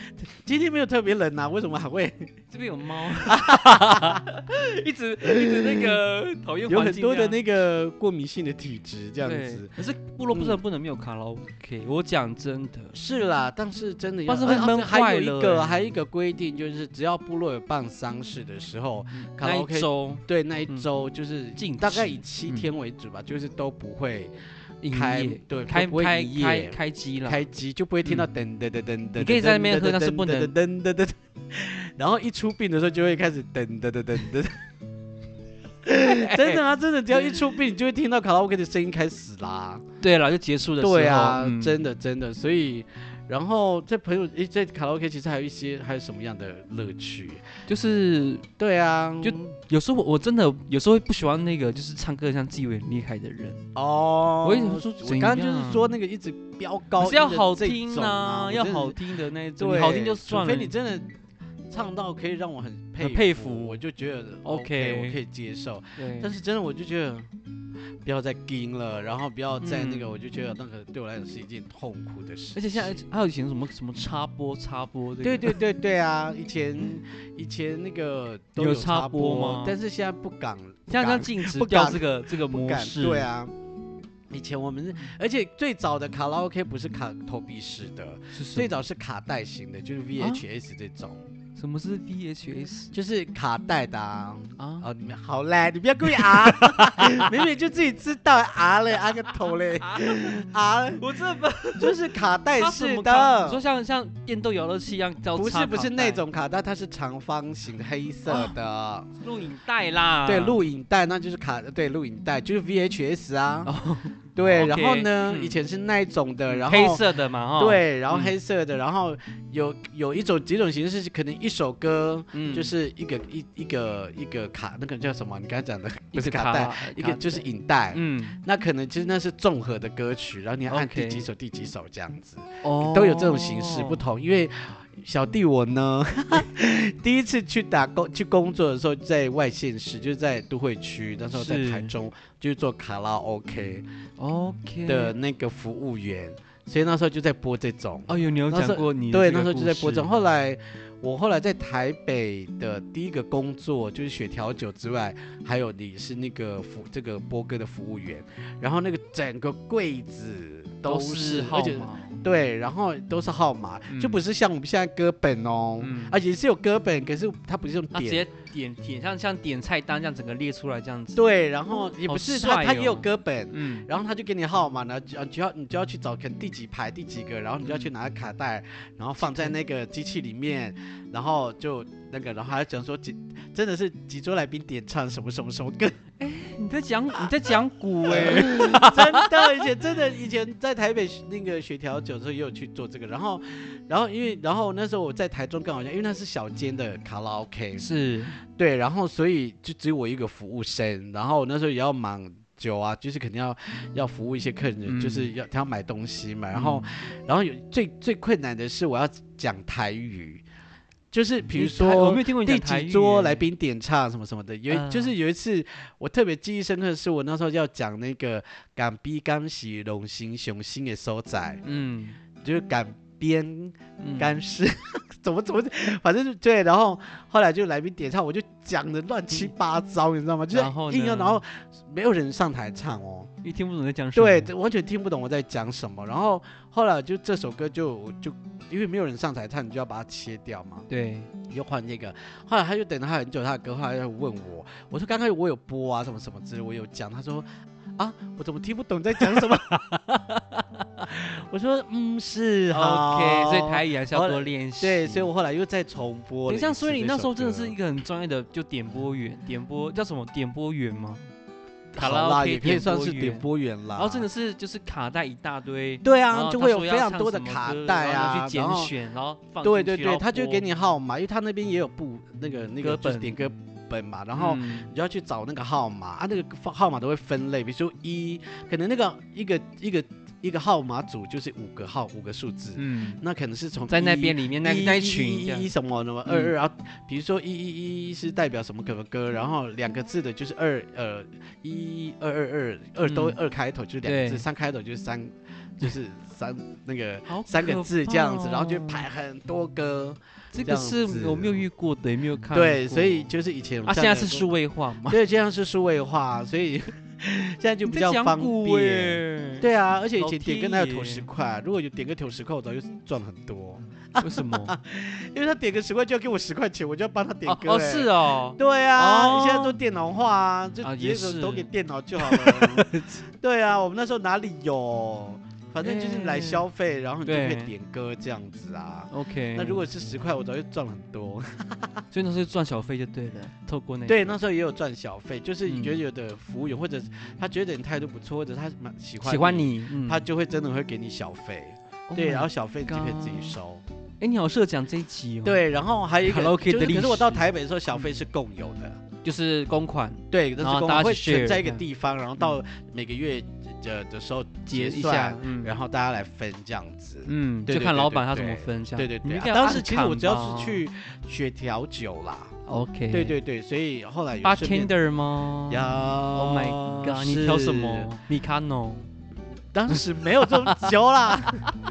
[SPEAKER 2] 今天没有特别冷啊，为什么还会
[SPEAKER 1] 这边有 猫，一直一直那个讨厌
[SPEAKER 2] 有
[SPEAKER 1] 环
[SPEAKER 2] 很
[SPEAKER 1] 境
[SPEAKER 2] 多的
[SPEAKER 1] 这样
[SPEAKER 2] 那个过敏性的体质这样
[SPEAKER 1] 对
[SPEAKER 2] 子？嗯
[SPEAKER 1] 可是部落不是不能没有卡拉 OK，我讲真的，
[SPEAKER 2] 是啦，但是真的要，
[SPEAKER 1] 但是会
[SPEAKER 2] 啊
[SPEAKER 1] 闷
[SPEAKER 2] 还有
[SPEAKER 1] 坏了
[SPEAKER 2] 一个
[SPEAKER 1] 欸
[SPEAKER 2] 还有一个规定，就是只要部落有办丧事的时候，嗯卡拉
[SPEAKER 1] 那一
[SPEAKER 2] OK
[SPEAKER 1] 周
[SPEAKER 2] 对那
[SPEAKER 1] 嗯
[SPEAKER 2] 一周就是
[SPEAKER 1] 禁
[SPEAKER 2] 大概
[SPEAKER 1] 止
[SPEAKER 2] 以七
[SPEAKER 1] 嗯
[SPEAKER 2] 天为主吧，就是都不会
[SPEAKER 1] 营
[SPEAKER 2] 开
[SPEAKER 1] 业，
[SPEAKER 2] 对，
[SPEAKER 1] 开
[SPEAKER 2] 都不会
[SPEAKER 1] 开
[SPEAKER 2] 营
[SPEAKER 1] 开
[SPEAKER 2] 业
[SPEAKER 1] 开机了，嗯
[SPEAKER 2] 开机，就不会听到噔噔噔噔噔。
[SPEAKER 1] 你可以在那边
[SPEAKER 2] 噔
[SPEAKER 1] 喝但是不能
[SPEAKER 2] 噔噔噔噔噔。然后一出殡的时候就会开始噔噔噔噔 噔。真的啊，真的，只要一出殡，你就会听到卡拉 OK 的声音开始啦。
[SPEAKER 1] 对了，就结束的时候，
[SPEAKER 2] 对啊，
[SPEAKER 1] 嗯
[SPEAKER 2] 真的真的，所以。然后在朋友诶，在卡拉 OK 其实还有一些还有什么样的乐趣？
[SPEAKER 1] 就是
[SPEAKER 2] 对啊，
[SPEAKER 1] 就有时候我我真的有时候会不喜欢那个就是唱歌像自以为很厉害的人，
[SPEAKER 2] 哦，
[SPEAKER 1] 我一直说
[SPEAKER 2] 我
[SPEAKER 1] 怎
[SPEAKER 2] 刚刚就是
[SPEAKER 1] 样
[SPEAKER 2] 说那个一直飙高
[SPEAKER 1] 可
[SPEAKER 2] 音
[SPEAKER 1] 是要
[SPEAKER 2] 的
[SPEAKER 1] 好
[SPEAKER 2] 这
[SPEAKER 1] 听
[SPEAKER 2] 种啊，我
[SPEAKER 1] 要
[SPEAKER 2] 真的
[SPEAKER 1] 好听的那一种，
[SPEAKER 2] 对，
[SPEAKER 1] 你好听就算了，
[SPEAKER 2] 除非你真的唱到可以让我很佩
[SPEAKER 1] 很佩服
[SPEAKER 2] 我就觉得
[SPEAKER 1] OK
[SPEAKER 2] OK，我可以接受。
[SPEAKER 1] 对
[SPEAKER 2] 但是真的，我就觉得不要再盯了，然后不要再那个，
[SPEAKER 1] 嗯
[SPEAKER 2] 我就觉得那个对我来讲是一件痛苦的事。
[SPEAKER 1] 而且现在还有以前什么什么插播插播这个，
[SPEAKER 2] 对对对对啊，以前以前那个都
[SPEAKER 1] 有插
[SPEAKER 2] 插
[SPEAKER 1] 播吗
[SPEAKER 2] 但是现在不敢，不
[SPEAKER 1] 现在
[SPEAKER 2] 敢
[SPEAKER 1] 禁止
[SPEAKER 2] 不
[SPEAKER 1] 掉
[SPEAKER 2] 敢
[SPEAKER 1] 这个这个
[SPEAKER 2] 不
[SPEAKER 1] 模
[SPEAKER 2] 敢，
[SPEAKER 1] 式，
[SPEAKER 2] 对，啊。以前我们是，而且最早的卡拉 OK 不是卡投币式的，啊
[SPEAKER 1] 是什
[SPEAKER 2] 最
[SPEAKER 1] 么
[SPEAKER 2] 早是卡带型的，就是 VHS 这种。
[SPEAKER 1] 什么是 VHS
[SPEAKER 2] 就是卡带的啊。
[SPEAKER 1] 啊？
[SPEAKER 2] 哦，你们好嘞，你不要故意 啊，明明就自己知道啊嘞，啊个头嘞，啊，
[SPEAKER 1] 我这不
[SPEAKER 2] 就是卡带
[SPEAKER 1] 它什
[SPEAKER 2] 式
[SPEAKER 1] 么卡
[SPEAKER 2] 的
[SPEAKER 1] 你说。像像电动游乐器一样叫
[SPEAKER 2] 不
[SPEAKER 1] 插
[SPEAKER 2] 是不
[SPEAKER 1] 卡
[SPEAKER 2] 是
[SPEAKER 1] 带
[SPEAKER 2] 那种卡带，它是长方形的黑色的，
[SPEAKER 1] 录影带啦，
[SPEAKER 2] 对，录影带那就是卡，对，录影带就是 VHS 啊，
[SPEAKER 1] 哦
[SPEAKER 2] 对，
[SPEAKER 1] OK，
[SPEAKER 2] 然后呢，
[SPEAKER 1] 嗯
[SPEAKER 2] 以前是那一种的，然后
[SPEAKER 1] 黑色的嘛哈，，
[SPEAKER 2] 对，然后
[SPEAKER 1] 嗯
[SPEAKER 2] 黑色的，然后有有一种几种形式是可能一首歌
[SPEAKER 1] 嗯
[SPEAKER 2] 就是一个一一个一个卡，那个叫什么？你刚才讲的不
[SPEAKER 1] 一
[SPEAKER 2] 是
[SPEAKER 1] 个
[SPEAKER 2] 卡带，一个
[SPEAKER 1] 卡
[SPEAKER 2] 就是影带，
[SPEAKER 1] 嗯，
[SPEAKER 2] 那可能其实那是综合的歌曲，然后你要按第
[SPEAKER 1] OK
[SPEAKER 2] 几首、第几首这样子，
[SPEAKER 1] 哦
[SPEAKER 2] 都有这种形式不同。因为 小弟我呢，第一次去打工去工作的时候，在外县市，就是在都会区，那时候在
[SPEAKER 1] 是嗯
[SPEAKER 2] 台中，就是做卡拉 OK
[SPEAKER 1] 哦 OK
[SPEAKER 2] 的。那个服务员，所以那时候就在播这种。
[SPEAKER 1] 哎呦，你有
[SPEAKER 2] 那时
[SPEAKER 1] 讲
[SPEAKER 2] 候
[SPEAKER 1] 过你的
[SPEAKER 2] 对，
[SPEAKER 1] 这
[SPEAKER 2] 那
[SPEAKER 1] 个
[SPEAKER 2] 时候就在
[SPEAKER 1] 故
[SPEAKER 2] 播这
[SPEAKER 1] 事
[SPEAKER 2] 种。后来我后来在台北的第一个工作就是学调酒之外，还有你是那个服这个播歌的服务员，然后那个整个柜子
[SPEAKER 1] 都
[SPEAKER 2] 是，
[SPEAKER 1] 号
[SPEAKER 2] 而且
[SPEAKER 1] 码，
[SPEAKER 2] 对，然后都是号码，就
[SPEAKER 1] 嗯
[SPEAKER 2] 不是像我们现在歌本哦，
[SPEAKER 1] 嗯，
[SPEAKER 2] 而且是有歌本，可是它不是用
[SPEAKER 1] 他直
[SPEAKER 2] 点。
[SPEAKER 1] 接点点像像点菜单这样整个列出来这样子。，
[SPEAKER 2] 对，然后
[SPEAKER 1] 哦
[SPEAKER 2] 也
[SPEAKER 1] 好
[SPEAKER 2] 不是它，
[SPEAKER 1] 帅
[SPEAKER 2] 它也有
[SPEAKER 1] 哦
[SPEAKER 2] 歌本，
[SPEAKER 1] 嗯，
[SPEAKER 2] 然后他就给你号码，然后就你就要你就要去找可能第几排第几个，然后你就要去拿卡带，然后放在那个机器里面，然后就那个，然后还要讲说几真的是几桌来宾点唱什么什么什么歌，
[SPEAKER 1] 你在讲你在讲古 哎，
[SPEAKER 2] 真的以前真的以前在台北学那个学调酒的时候也有去做这个，然后然后因为然后那时候我在台中刚好像因为那是小间的卡拉 OK，
[SPEAKER 1] 是
[SPEAKER 2] 对，然后所以就只有我一个服务生，然后那时候也要忙酒啊，就是肯定要要服务一些客人，
[SPEAKER 1] 嗯
[SPEAKER 2] 就是要他要买东西嘛，然后、然后有最最困难的是我要讲台语，就是比如
[SPEAKER 1] 你台我
[SPEAKER 2] 说
[SPEAKER 1] 没有听过你
[SPEAKER 2] 第
[SPEAKER 1] 讲台
[SPEAKER 2] 几
[SPEAKER 1] 语
[SPEAKER 2] 桌
[SPEAKER 1] 耶嗯
[SPEAKER 2] 来宾点唱什么什么的，有一、就是有一次我特别记忆深刻的是我那时候要讲那个港逼港喜龙心雄心的所在，
[SPEAKER 1] 嗯
[SPEAKER 2] 就是港边
[SPEAKER 1] 嗯
[SPEAKER 2] 干尸， 怎么怎么，反正就对。然后后来就来宾点唱，我就讲的乱七八糟，你知道吗？就是
[SPEAKER 1] 然后
[SPEAKER 2] 硬要，
[SPEAKER 1] 呢嗯
[SPEAKER 2] 然后没有人上台唱哦，
[SPEAKER 1] 你听不懂在讲什么。
[SPEAKER 2] 对，完全听不懂我在讲什么。然后后来就这首歌就就因为没有人上台唱，你就要把它切掉嘛，
[SPEAKER 1] 对，
[SPEAKER 2] 你就换那个。后来他就等了他很久，他的歌，后来他就问我，我说刚开始我有播啊，什么什么之类，我有讲。他说啊，我怎么听不懂你在讲什么？ 我说嗯是
[SPEAKER 1] OK，所以
[SPEAKER 2] 好
[SPEAKER 1] 台语还是
[SPEAKER 2] 好
[SPEAKER 1] 要
[SPEAKER 2] 了
[SPEAKER 1] 多练习。
[SPEAKER 2] 对，所以我后来又再重
[SPEAKER 1] 等
[SPEAKER 2] 播了
[SPEAKER 1] 一
[SPEAKER 2] 次这首歌。
[SPEAKER 1] 下，所以你那时候真的是一个很专业的，就点播员，点播叫什么？点播员吗？卡
[SPEAKER 2] 好
[SPEAKER 1] 拉
[SPEAKER 2] 啦
[SPEAKER 1] OK
[SPEAKER 2] 也可以算是
[SPEAKER 1] 员
[SPEAKER 2] 点播员啦。
[SPEAKER 1] 然后真的
[SPEAKER 2] 是，
[SPEAKER 1] 是就是卡带一大堆，
[SPEAKER 2] 对
[SPEAKER 1] 然
[SPEAKER 2] 啊，
[SPEAKER 1] 后
[SPEAKER 2] 就
[SPEAKER 1] 他
[SPEAKER 2] 会有
[SPEAKER 1] 说
[SPEAKER 2] 非
[SPEAKER 1] 要
[SPEAKER 2] 常
[SPEAKER 1] 唱
[SPEAKER 2] 多的
[SPEAKER 1] 什么
[SPEAKER 2] 卡
[SPEAKER 1] 歌
[SPEAKER 2] 带
[SPEAKER 1] 然后
[SPEAKER 2] 啊，
[SPEAKER 1] 你去拣
[SPEAKER 2] 然后
[SPEAKER 1] 选，然后放
[SPEAKER 2] 对
[SPEAKER 1] 进
[SPEAKER 2] 对
[SPEAKER 1] 去
[SPEAKER 2] 对，
[SPEAKER 1] 然后
[SPEAKER 2] 他就
[SPEAKER 1] 播
[SPEAKER 2] 给你号码，因为他那边也有部那个那个
[SPEAKER 1] 歌
[SPEAKER 2] 就是
[SPEAKER 1] 本
[SPEAKER 2] 点歌本嘛，然后。
[SPEAKER 1] 嗯
[SPEAKER 2] 你就要去找那个号码啊，那个号号码都会分类，比如说一，可能那个一个一个一个号码组就是五个号五个数字，
[SPEAKER 1] 嗯，
[SPEAKER 2] 那可能是从
[SPEAKER 1] 在那
[SPEAKER 2] 一
[SPEAKER 1] 边里面那那一群
[SPEAKER 2] 一
[SPEAKER 1] 这样
[SPEAKER 2] 一什么什么
[SPEAKER 1] 嗯
[SPEAKER 2] 二二，然后比如说一一一是代表什么什么歌，然后两个字的就是二呃一二二二二都
[SPEAKER 1] 嗯
[SPEAKER 2] 二开头就是两个字，
[SPEAKER 1] 对
[SPEAKER 2] 三开头就是三就是三那 个
[SPEAKER 1] 好
[SPEAKER 2] 三个
[SPEAKER 1] 可
[SPEAKER 2] 字这样子，
[SPEAKER 1] 怕
[SPEAKER 2] 然后就
[SPEAKER 1] 哦
[SPEAKER 2] 排很多歌，
[SPEAKER 1] 这
[SPEAKER 2] 这
[SPEAKER 1] 个
[SPEAKER 2] 样
[SPEAKER 1] 是
[SPEAKER 2] 子
[SPEAKER 1] 我没有遇过的，也没有看过。
[SPEAKER 2] 对，所以就是以前我
[SPEAKER 1] 啊，
[SPEAKER 2] 们
[SPEAKER 1] 现在
[SPEAKER 2] 这样
[SPEAKER 1] 是
[SPEAKER 2] 的
[SPEAKER 1] 数位化嘛，
[SPEAKER 2] 对，这样是数位化，所以 现在就
[SPEAKER 1] 你
[SPEAKER 2] 比
[SPEAKER 1] 在
[SPEAKER 2] 较
[SPEAKER 1] 讲
[SPEAKER 2] 方
[SPEAKER 1] 古哎
[SPEAKER 2] 便。
[SPEAKER 1] 耶，
[SPEAKER 2] 对啊，而且以
[SPEAKER 1] 老
[SPEAKER 2] 前点歌
[SPEAKER 1] 天
[SPEAKER 2] 哪有投
[SPEAKER 1] 爷
[SPEAKER 2] 十块？如果有点个投十块，我早就赚很多。
[SPEAKER 1] 为什么？
[SPEAKER 2] 因为他点个十块就要给我十块钱，我就要帮他 点
[SPEAKER 1] 哦
[SPEAKER 2] 歌、
[SPEAKER 1] 哦
[SPEAKER 2] 欸
[SPEAKER 1] 是 哦，
[SPEAKER 2] 对啊，
[SPEAKER 1] 哦
[SPEAKER 2] 现在都电脑化啊，就
[SPEAKER 1] 啊
[SPEAKER 2] 直
[SPEAKER 1] 也
[SPEAKER 2] 接
[SPEAKER 1] 是
[SPEAKER 2] 都都给电脑就好 了。对啊，我们那时候哪里有？反正就是来消费，然后你就可
[SPEAKER 1] 对
[SPEAKER 2] 以点歌这样子啊。
[SPEAKER 1] OK，啊
[SPEAKER 2] 那如果是十块，我早就赚很多。
[SPEAKER 1] 所以那时候赚小费就对了，透过那
[SPEAKER 2] 对，
[SPEAKER 1] 个
[SPEAKER 2] 那时候也有赚小费，就是你
[SPEAKER 1] 哎嗯
[SPEAKER 2] 觉得有的服务员，或者他觉得你态度不错，或者他蛮喜欢
[SPEAKER 1] 喜欢，你，嗯
[SPEAKER 2] 他就会真的会给你小费。
[SPEAKER 1] Oh
[SPEAKER 2] 对，
[SPEAKER 1] my
[SPEAKER 2] 然后小费你就可以自己
[SPEAKER 1] God
[SPEAKER 2] 收。
[SPEAKER 1] 哎，你好适合讲这一集哦。，
[SPEAKER 2] 对，然后还有一个
[SPEAKER 1] Hello
[SPEAKER 2] 就
[SPEAKER 1] Kitty
[SPEAKER 2] 是，
[SPEAKER 1] 的历
[SPEAKER 2] 可是我到
[SPEAKER 1] 史
[SPEAKER 2] 台北的时候，小费是共有的。
[SPEAKER 1] 就是公款
[SPEAKER 2] 对，但
[SPEAKER 1] 然
[SPEAKER 2] 是
[SPEAKER 1] 后
[SPEAKER 2] 公
[SPEAKER 1] 大家
[SPEAKER 2] 司会
[SPEAKER 1] 去
[SPEAKER 2] 存
[SPEAKER 1] share 嗯
[SPEAKER 2] 在一
[SPEAKER 1] 这
[SPEAKER 2] 个
[SPEAKER 1] 样
[SPEAKER 2] 地方，然后到每个月的的时候
[SPEAKER 1] 结
[SPEAKER 2] 一
[SPEAKER 1] 一
[SPEAKER 2] 下
[SPEAKER 1] 下，，嗯，
[SPEAKER 2] 然后大家来分这样子。
[SPEAKER 1] 嗯，
[SPEAKER 2] 对
[SPEAKER 1] 就
[SPEAKER 2] 对
[SPEAKER 1] 看
[SPEAKER 2] 对
[SPEAKER 1] 老
[SPEAKER 2] 对
[SPEAKER 1] 板他怎么
[SPEAKER 2] 对
[SPEAKER 1] 分这样。
[SPEAKER 2] 对对
[SPEAKER 1] 你
[SPEAKER 2] 对
[SPEAKER 1] 们
[SPEAKER 2] 啊，
[SPEAKER 1] 给他
[SPEAKER 2] 当
[SPEAKER 1] 按
[SPEAKER 2] 时其实我
[SPEAKER 1] 砍
[SPEAKER 2] 只要
[SPEAKER 1] 吧
[SPEAKER 2] 是去学调酒啦，
[SPEAKER 1] OK，
[SPEAKER 2] 对对对，所以后来有顺便
[SPEAKER 1] ，bartender 吗？
[SPEAKER 2] 呀
[SPEAKER 1] Oh my god！你挑什么？米卡诺。
[SPEAKER 2] 当时没 有这么久啦，